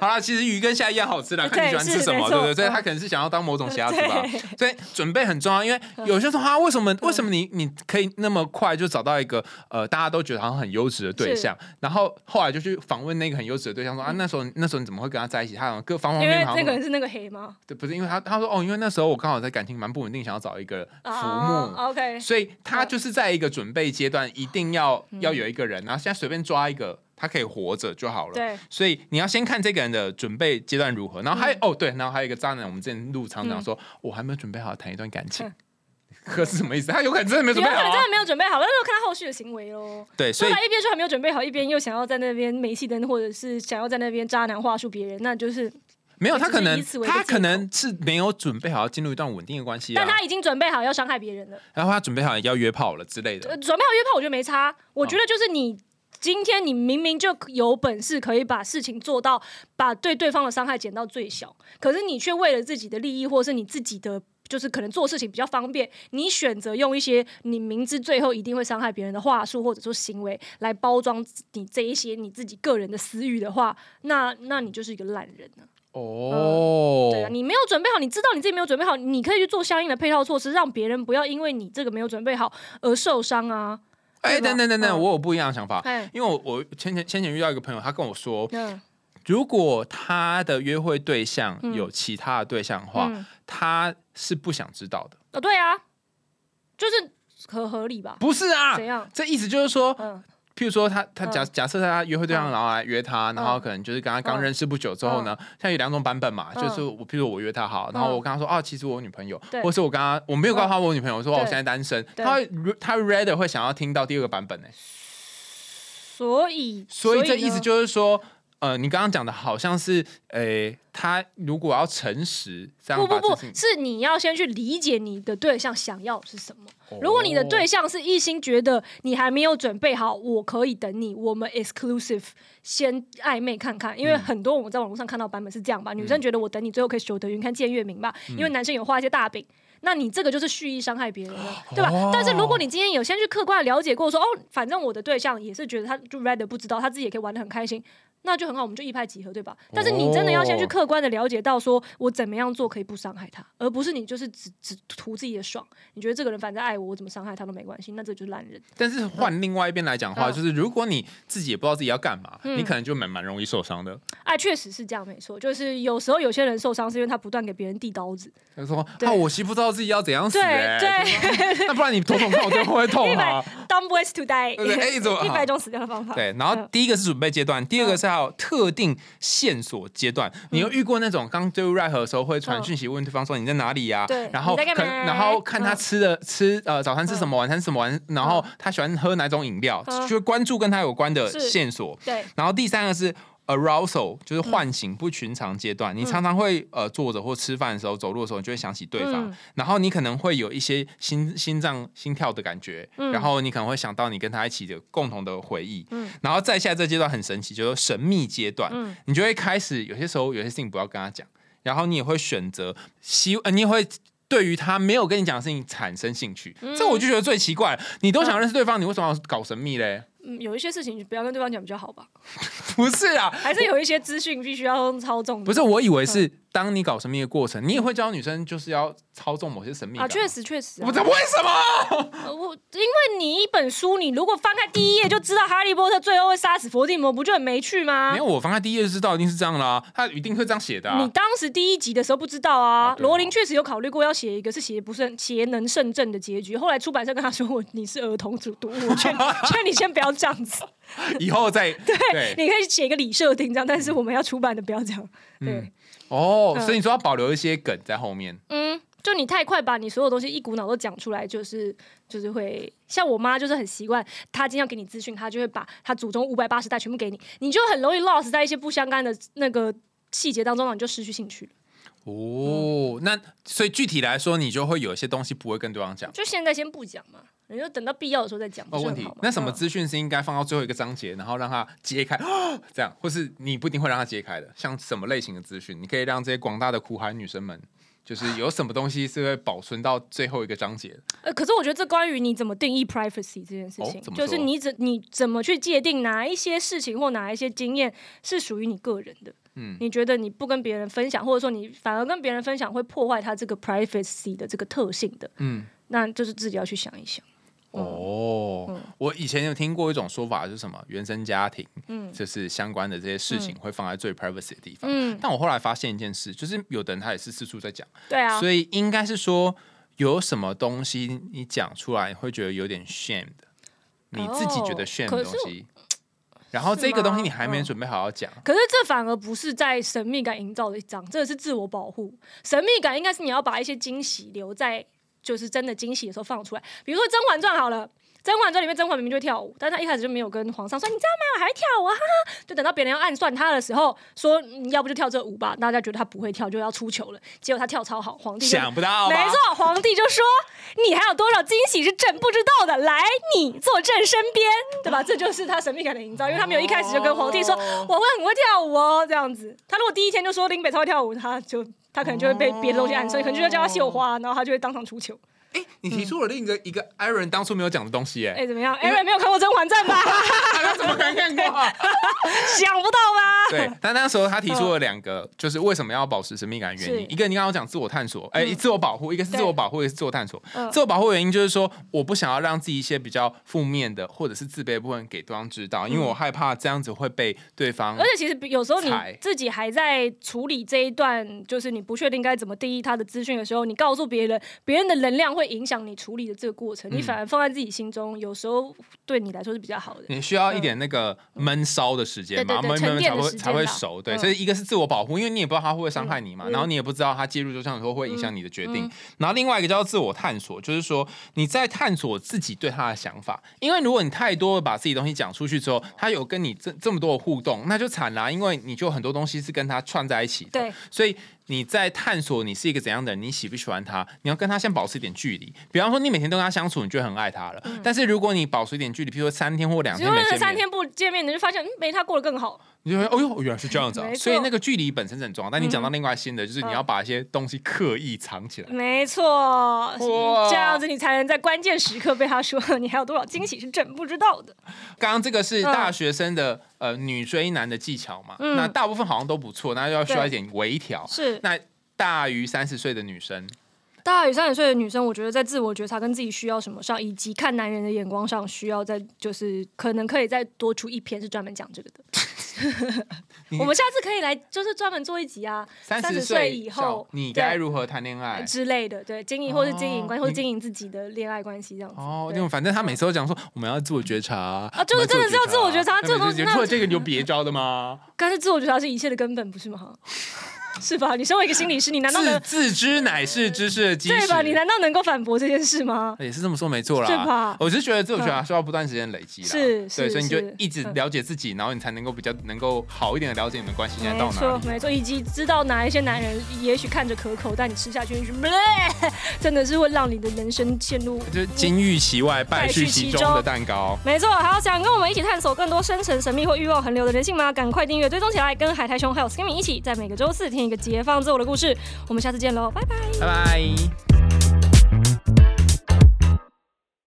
Speaker 1: 好啦，其实鱼跟虾一样好吃啦，看你喜欢吃什么，
Speaker 3: 是没错
Speaker 1: 对不对？所以他可能是想要当某种虾子吧。所以准备很重要，因为
Speaker 3: 嗯
Speaker 1: 有些时候啊，为什么为什么你你可以那么快就找到一个呃大家都觉得好像很优质的对象，
Speaker 3: 嗯
Speaker 1: 然后后来就去访问那个很优质的对象说啊，那时候那时候你怎么会跟他在一起？他好像各方方
Speaker 3: 因
Speaker 1: 面
Speaker 3: 为
Speaker 1: 面好
Speaker 3: 嗯那
Speaker 1: 像
Speaker 3: 个人是那个黑吗？
Speaker 1: 对，不是因为他他说哦，因为那时候我刚好在感情蛮不稳定，想要找一个浮
Speaker 3: 啊
Speaker 1: 木。
Speaker 3: OK，
Speaker 1: 所以他就是在一个准备阶段，一定要
Speaker 3: 嗯
Speaker 1: 要有一个人，然后现在随便抓一个，他可以活着就好了。
Speaker 3: 对，
Speaker 1: 所以你要先看这个人的准备阶段如何，然后
Speaker 3: 嗯
Speaker 1: 还、哦对，然后还有一个渣男，我们之前录常常说，我还没有准备好谈一段感情， 可是什么意思？他有可能真的没
Speaker 3: 嗯有
Speaker 1: 准
Speaker 3: 可
Speaker 1: 备好
Speaker 3: 能真
Speaker 1: 啊。
Speaker 3: 的没有准备好，但是我看他后续的行为喽。
Speaker 1: 对，
Speaker 3: 说
Speaker 1: 所以
Speaker 3: 他一边说还没有准备好，一边又想要在那边煤气灯，或者是想要在那边渣男话术别人，那就是，
Speaker 1: 没有他
Speaker 3: 只
Speaker 1: 可
Speaker 3: 是
Speaker 1: 能
Speaker 3: 以此为一个
Speaker 1: 他
Speaker 3: 借
Speaker 1: 可能是没有准备好要进入一段稳定的关系啊
Speaker 3: 但，他已经准备好要伤害别人了，
Speaker 1: 然后他准备好要约炮了之类的
Speaker 3: 呃。准备好约炮，我觉得没差。我觉得就是你今天你明明就有本事可以把事情做到，把对对方的伤害减到最小，可是你却为了自己的利益，或是你自己的。就是可能做事情比较方便，你选择用一些你明知最后一定会伤害别人的话术或者说行为来包装你这一些你自己个人的私欲的话，那那你就是一个烂人、啊、
Speaker 1: 哦，
Speaker 3: 对啊，你没有准备好，你知道你自己没有准备好，你可以去做相应的配套措施，让别人不要因为你这个没有准备好而受伤啊。
Speaker 1: 哎，
Speaker 3: 对吧
Speaker 1: 等等等等，
Speaker 3: 嗯
Speaker 1: 我有不一样的想法。
Speaker 3: 哎，
Speaker 1: 因为我我前前前前遇到一个朋友，他跟我说，
Speaker 3: 嗯，
Speaker 1: 如果他的约会对象
Speaker 3: 嗯
Speaker 1: 有其他的对象的话，
Speaker 3: 嗯，
Speaker 1: 他是不想知道的。
Speaker 3: 哦，对啊，就是合合理吧？
Speaker 1: 不是啊
Speaker 3: 怎，样？
Speaker 1: 这意思就是说，
Speaker 3: 嗯，
Speaker 1: 譬如说他他假、假设他约会对象
Speaker 3: 嗯
Speaker 1: 然后来约他，然后可能就是跟他刚
Speaker 3: 嗯
Speaker 1: 认识不久之后呢，现在有两种版本嘛，
Speaker 3: 嗯
Speaker 1: 就是我譬如说我约他好，然后我跟他说啊，其实我有女朋友
Speaker 3: 对，
Speaker 1: 或是我跟他我没有告诉他我有女朋友，我说哦
Speaker 3: 对
Speaker 1: 我现在单身，
Speaker 3: 对
Speaker 1: 他会他 rather 会想要听到第二个版本呢、
Speaker 3: 所以，
Speaker 1: 所以这意思
Speaker 3: 呢
Speaker 1: 就是说。呃，你刚刚讲的好像是，诶、他如果要诚实，这样
Speaker 3: 不
Speaker 1: 把
Speaker 3: 不不
Speaker 1: 这事情
Speaker 3: 是你要先去理解你的对象想要的是什么。如果你的对象是一心觉得你还没有准备好，我可以等你，我们 exclusive 先暧昧看看，因为
Speaker 1: 嗯
Speaker 3: 很多我们在网络上看到版本是这样吧，女生觉得我等你最后可以守得云开见月明吧，因为男生有画一些大饼。那你这个就是蓄意伤害别人了，对吧？
Speaker 1: 哦
Speaker 3: 但是如果你今天有先去客观的了解过说哦，反正我的对象也是觉得他就 rather 不知道，他自己也可以玩的很开心，那就很好，我们就一拍即合，对吧？但是你真的要先去客观的了解到，说我怎么样做可以不伤害他，而不是你就是只只图自己的爽。你觉得这个人反正爱我，我怎么伤害他都没关系，那这就是烂人。
Speaker 1: 哦但是换另外一边来讲的话，
Speaker 3: 嗯
Speaker 1: 就是如果你自己也不知道自己要干嘛，
Speaker 3: 嗯
Speaker 1: 你可能就蛮蛮容易受伤的。
Speaker 3: 哎，确实是这样，没错。就是有时候有些人受伤是因为他不断给别人递刀子，
Speaker 1: 他说：“
Speaker 3: 对
Speaker 1: 啊，我媳不知道自己要怎样死、
Speaker 3: 对
Speaker 1: 欸，
Speaker 3: 对，
Speaker 1: 那不然你捅捅看，我这会不会痛
Speaker 3: 一百
Speaker 1: 啊
Speaker 3: dumb ways to die，
Speaker 1: 对哎怎么
Speaker 3: 一百种死掉的方？”法。
Speaker 1: 对，然后
Speaker 3: 嗯
Speaker 1: 第一个是准备阶段，第二个是还有特定线索阶段。
Speaker 3: 嗯
Speaker 1: 你有遇过那种刚追入爱河的时候会传讯息问对方说你在哪里呀、啊
Speaker 3: 对
Speaker 1: 然后
Speaker 3: 你在干
Speaker 1: 可
Speaker 3: 嘛嗯
Speaker 1: 然后看他吃的吃呃早餐吃什么，晚餐吃什么，晚然后他喜欢喝哪种饮料，
Speaker 3: 嗯
Speaker 1: 就是关注跟他有关的
Speaker 3: 是
Speaker 1: 线索。
Speaker 3: 对，
Speaker 1: 然后第三个是 arousal，就是
Speaker 3: 嗯
Speaker 1: 唤醒不寻常阶段。你常常会呃坐着或吃饭的时候、走路的时候，你就会想起对方，
Speaker 3: 嗯
Speaker 1: 然后你可能会有一些心心脏心跳的感觉，
Speaker 3: 嗯
Speaker 1: 然后你可能会想到你跟他一起的共同的回忆。
Speaker 3: 嗯
Speaker 1: 然后再下这阶段很神奇，就是神秘阶段，
Speaker 3: 嗯
Speaker 1: 你就会开始有些时候有些事情不要跟他讲，然后你也会选择希，呃、你也会。对于他没有跟你讲的事情产生兴趣，
Speaker 3: 嗯
Speaker 1: 这我就觉得最奇怪了。你都想认识对方，你为什么要搞神秘嘞？
Speaker 3: 嗯，有一些事情不要跟对方讲比较好吧，
Speaker 1: 不是啊，
Speaker 3: 还是有一些资讯必须要操纵的。嗯
Speaker 1: 不是，我以为是当你搞神秘的过程，你也会教女生就是要操纵某些神秘感。
Speaker 3: 啊，确实确实、啊
Speaker 1: 我，这为什么？
Speaker 3: 呃我因为你一本书，你如果翻开第一页就知道哈利波特最后会杀死伏地魔，不就很没趣吗
Speaker 1: 没？有，我翻开第一页就知道一定是这样啦、他一定会这样写的、
Speaker 3: 你
Speaker 1: 啊。
Speaker 3: 当时第一集的时候不知道啊
Speaker 1: 啊，对
Speaker 3: 罗琳确实有考虑过要写一个是邪不胜邪能胜正的结局，后来出版社跟他说我你是儿童主读物，我 劝劝你先不要这样子，
Speaker 1: 以后再对
Speaker 3: 你可以写一个李设定这样，但是我们要出版的不要这样，对
Speaker 1: 嗯，哦，
Speaker 3: 嗯
Speaker 1: 所以你说要保留一些梗在后面。
Speaker 3: 嗯。就你太快把你所有东西一股脑都讲出来，就是就是会像我妈就是很习惯，她今天要给你资讯，她就会把她祖宗五百八十代全部给你，你就很容易 lost 在一些不相干的那个细节当中，然后你就失去兴趣了。嗯
Speaker 1: 哦，那所以具体来说，你就会有一些东西不会跟对方讲。
Speaker 3: 就现在先不讲嘛，你就等到必要的时候再讲。
Speaker 1: 哦，
Speaker 3: 不是
Speaker 1: 问
Speaker 3: 很
Speaker 1: 题
Speaker 3: 好吗？
Speaker 1: 那什么
Speaker 3: 嗯
Speaker 1: 资讯是应该放到最后一个章节，然后让他 揭开，这样，或是你不一定会让他揭开的。像什么类型的资讯，你可以让这些广大的苦海女生们，就是有什么东西是会保存到最后一个章节的？
Speaker 3: 呃，可是我觉得这关于你怎么定义 privacy 这件事情，
Speaker 1: 哦怎么
Speaker 3: 就是
Speaker 1: 说
Speaker 3: 你怎你怎么去界定哪一些事情或哪一些经验是属于你个人的。
Speaker 1: 嗯
Speaker 3: 你觉得你不跟别人分享，或者说你反而跟别人分享会破坏他这个 privacy 的这个特性的，
Speaker 1: 嗯，
Speaker 3: 那就是自己要去想一想。
Speaker 1: 哦，
Speaker 3: 嗯
Speaker 1: 我以前有听过一种说法，就是什么原生家庭，嗯，就是相关的这些事情会放在最 privacy 的地方。
Speaker 3: 嗯，
Speaker 1: 但我后来发现一件事，就是有的人他也是四处在讲。
Speaker 3: 对啊
Speaker 1: 所，以应该是说有什么东西你讲出来会觉得有点 shame 的，你自己觉得
Speaker 3: 哦
Speaker 1: shame
Speaker 3: 可
Speaker 1: 的
Speaker 3: 是
Speaker 1: 东西，然后这个东西你还没
Speaker 3: 嗯
Speaker 1: 准备好好讲，
Speaker 3: 可是这反而不是在神秘感营造的一章，这是自我保护。神秘感应该是你要把一些惊喜留在，就是真的惊喜的时候放出来。比如说《甄嬛传》好了，《甄嬛传》里面甄嬛明明就会跳舞，但是她一开始就没有跟皇上说，你知道吗？我还会跳舞啊，哈哈。就等到别人要暗算她的时候，说你要不就跳这舞吧，大家觉得她不会跳，就要出糗了。结果她跳超好，皇帝就
Speaker 1: 想不到吧
Speaker 3: 嗯没？错，皇帝就说：“你还有多少惊喜是朕不知道的？来，你坐朕身边，对吧？”这就是他神秘感的营造，因为他没有一开始就跟皇帝说：“
Speaker 1: 哦
Speaker 3: 我会很会跳舞哦。”这样子，他如果第一天就说林北超会跳舞，他就他可能就会被别的东西暗
Speaker 1: 哦
Speaker 3: 算，可能就要叫他绣花，然后他就会当场出糗。
Speaker 1: 哎，你提出了另一个一个 Aaron 当初没有讲的东西，
Speaker 3: 哎、
Speaker 1: 哎，
Speaker 3: 怎么样？Aaron 没有看过《甄嬛传》吧？
Speaker 1: 他怎么可能看过啊？
Speaker 3: 想不到 吧？
Speaker 1: 对，但那时候他提出了两个，就是为什么要保持神秘感的原因
Speaker 3: 嗯是。
Speaker 1: 一个你刚刚有讲自我探索，哎，
Speaker 3: 嗯
Speaker 1: 自我保护；一个是
Speaker 3: 对
Speaker 1: 自我保护，一个是自我探索
Speaker 3: 嗯。
Speaker 1: 自我保护的原因就是说，我不想要让自己一些比较负面的或者是自卑的部分给对方知道，因为我害怕这样子会被对方
Speaker 3: 嗯而且其实比有时候你
Speaker 1: 嗯才
Speaker 3: 自己还在处理这一段，就是你不确定该怎么定义他的资讯的时候，你告诉别人，别人的能量会影响你处理的这个过程，你
Speaker 1: 嗯
Speaker 3: 反而放在自己心中，有时候对你来说是比较好的。嗯
Speaker 1: 你需要一点那个闷烧的时间嘛，
Speaker 3: 对对对
Speaker 1: 闷闷
Speaker 3: 沉
Speaker 1: 闷
Speaker 3: 淀
Speaker 1: 才
Speaker 3: 的
Speaker 1: 会
Speaker 3: 时间
Speaker 1: 才会
Speaker 3: 啦
Speaker 1: 熟。对，
Speaker 3: 嗯
Speaker 1: 所以一个是自我保护，因为你也不知道他会不会伤害你嘛，
Speaker 3: 嗯
Speaker 1: 然后你也不知道他介入，就像你说会影响你的决定。
Speaker 3: 嗯
Speaker 1: 然后另外一个叫自我探索，就是说你在探索自己对他的想法，因为如果你太多地把自己东西讲出去之后，他有跟你这这么多的互动，那就惨啦，因为你就很多东西是跟他串在一起的。
Speaker 3: 对，
Speaker 1: 所以你在探索你是一个怎样的人，你喜不喜欢他，你要跟他先保持一点距离。比方说，你每天都跟他相处，你就会很爱他了。但是如果你保持一点距离，譬如说三天或两
Speaker 3: 只
Speaker 1: 天
Speaker 3: 有
Speaker 1: 没
Speaker 3: 嗯那
Speaker 1: 见
Speaker 3: 三
Speaker 1: 面，
Speaker 3: 天不见面，你就发现嗯没他过得更好。
Speaker 1: 你就会哦呦，原来是这样子、啊
Speaker 3: 没。错
Speaker 1: 所以那个距离本身是很重要。但你讲到另外新的，就是
Speaker 3: 嗯
Speaker 1: 你要把一些东西刻意藏起来。
Speaker 3: 没错，
Speaker 1: 哇
Speaker 3: 这样子你才能在关键时刻被他说你还有多少惊喜是朕不知道的。
Speaker 1: 刚刚这个是
Speaker 3: 嗯
Speaker 1: 大学生的、呃女追男的技巧嘛，
Speaker 3: 嗯
Speaker 1: 那大部分好像都不错，那要需要
Speaker 3: 对
Speaker 1: 一点微调。
Speaker 3: 是
Speaker 1: 那大于三十岁的女生，
Speaker 3: 大于三十岁的女生，我觉得在自我觉察跟自己需要什么上，以及看男人的眼光上，需要在就是可能可以再多出一篇是专门讲 这个的。
Speaker 1: 你
Speaker 3: 我们下次可以来，就是专门做一集啊
Speaker 1: 三
Speaker 3: 30
Speaker 1: 十
Speaker 3: 岁
Speaker 1: 以
Speaker 3: 以后
Speaker 1: 你
Speaker 3: 对
Speaker 1: 该如何谈恋爱？
Speaker 3: 之类的，对，经营或是经营关，
Speaker 1: 哎哦
Speaker 3: 或是
Speaker 1: 你
Speaker 3: 经营自己的恋爱关系这样子。
Speaker 1: 哦，
Speaker 3: 对哦
Speaker 1: 因为反正他每次都讲说我们要自我觉察啊
Speaker 3: 就是真的是要自我觉察这个东西那
Speaker 1: 除了这个你有别招的吗？
Speaker 3: 但是自我觉察是一切的根本，不是吗？ 是吧？你身为一个心理师，你 难道
Speaker 1: 自
Speaker 3: 能
Speaker 1: 自知乃是知识的基
Speaker 3: 对
Speaker 1: 石，哎
Speaker 3: 吧？你难道能够反驳这件事吗？
Speaker 1: 也是这么说没错啦，
Speaker 3: 对吧
Speaker 1: 我是觉得自我觉察需要不断时间累积啦，
Speaker 3: 是是嗯
Speaker 1: 对，所以你就是一直了解自己，然后你才能够比较能够好一点的了解你们关系现在
Speaker 3: 没
Speaker 1: 到哪
Speaker 3: 错，
Speaker 1: 里。
Speaker 3: 没错，以及知道哪一些男人也许看着可口，但你吃下去 就是，真的是会让你的人生陷入
Speaker 1: 就是金玉其外，败絮其中的蛋糕。
Speaker 3: 没错，好，想跟我们一起探索更多深层神秘或欲望横流的人性吗？赶快订阅追踪起来，跟海苔熊还有 Skimmy 一起，在每个周四听一个解放自我的故事。我们下次见喽，拜拜。
Speaker 1: 拜拜。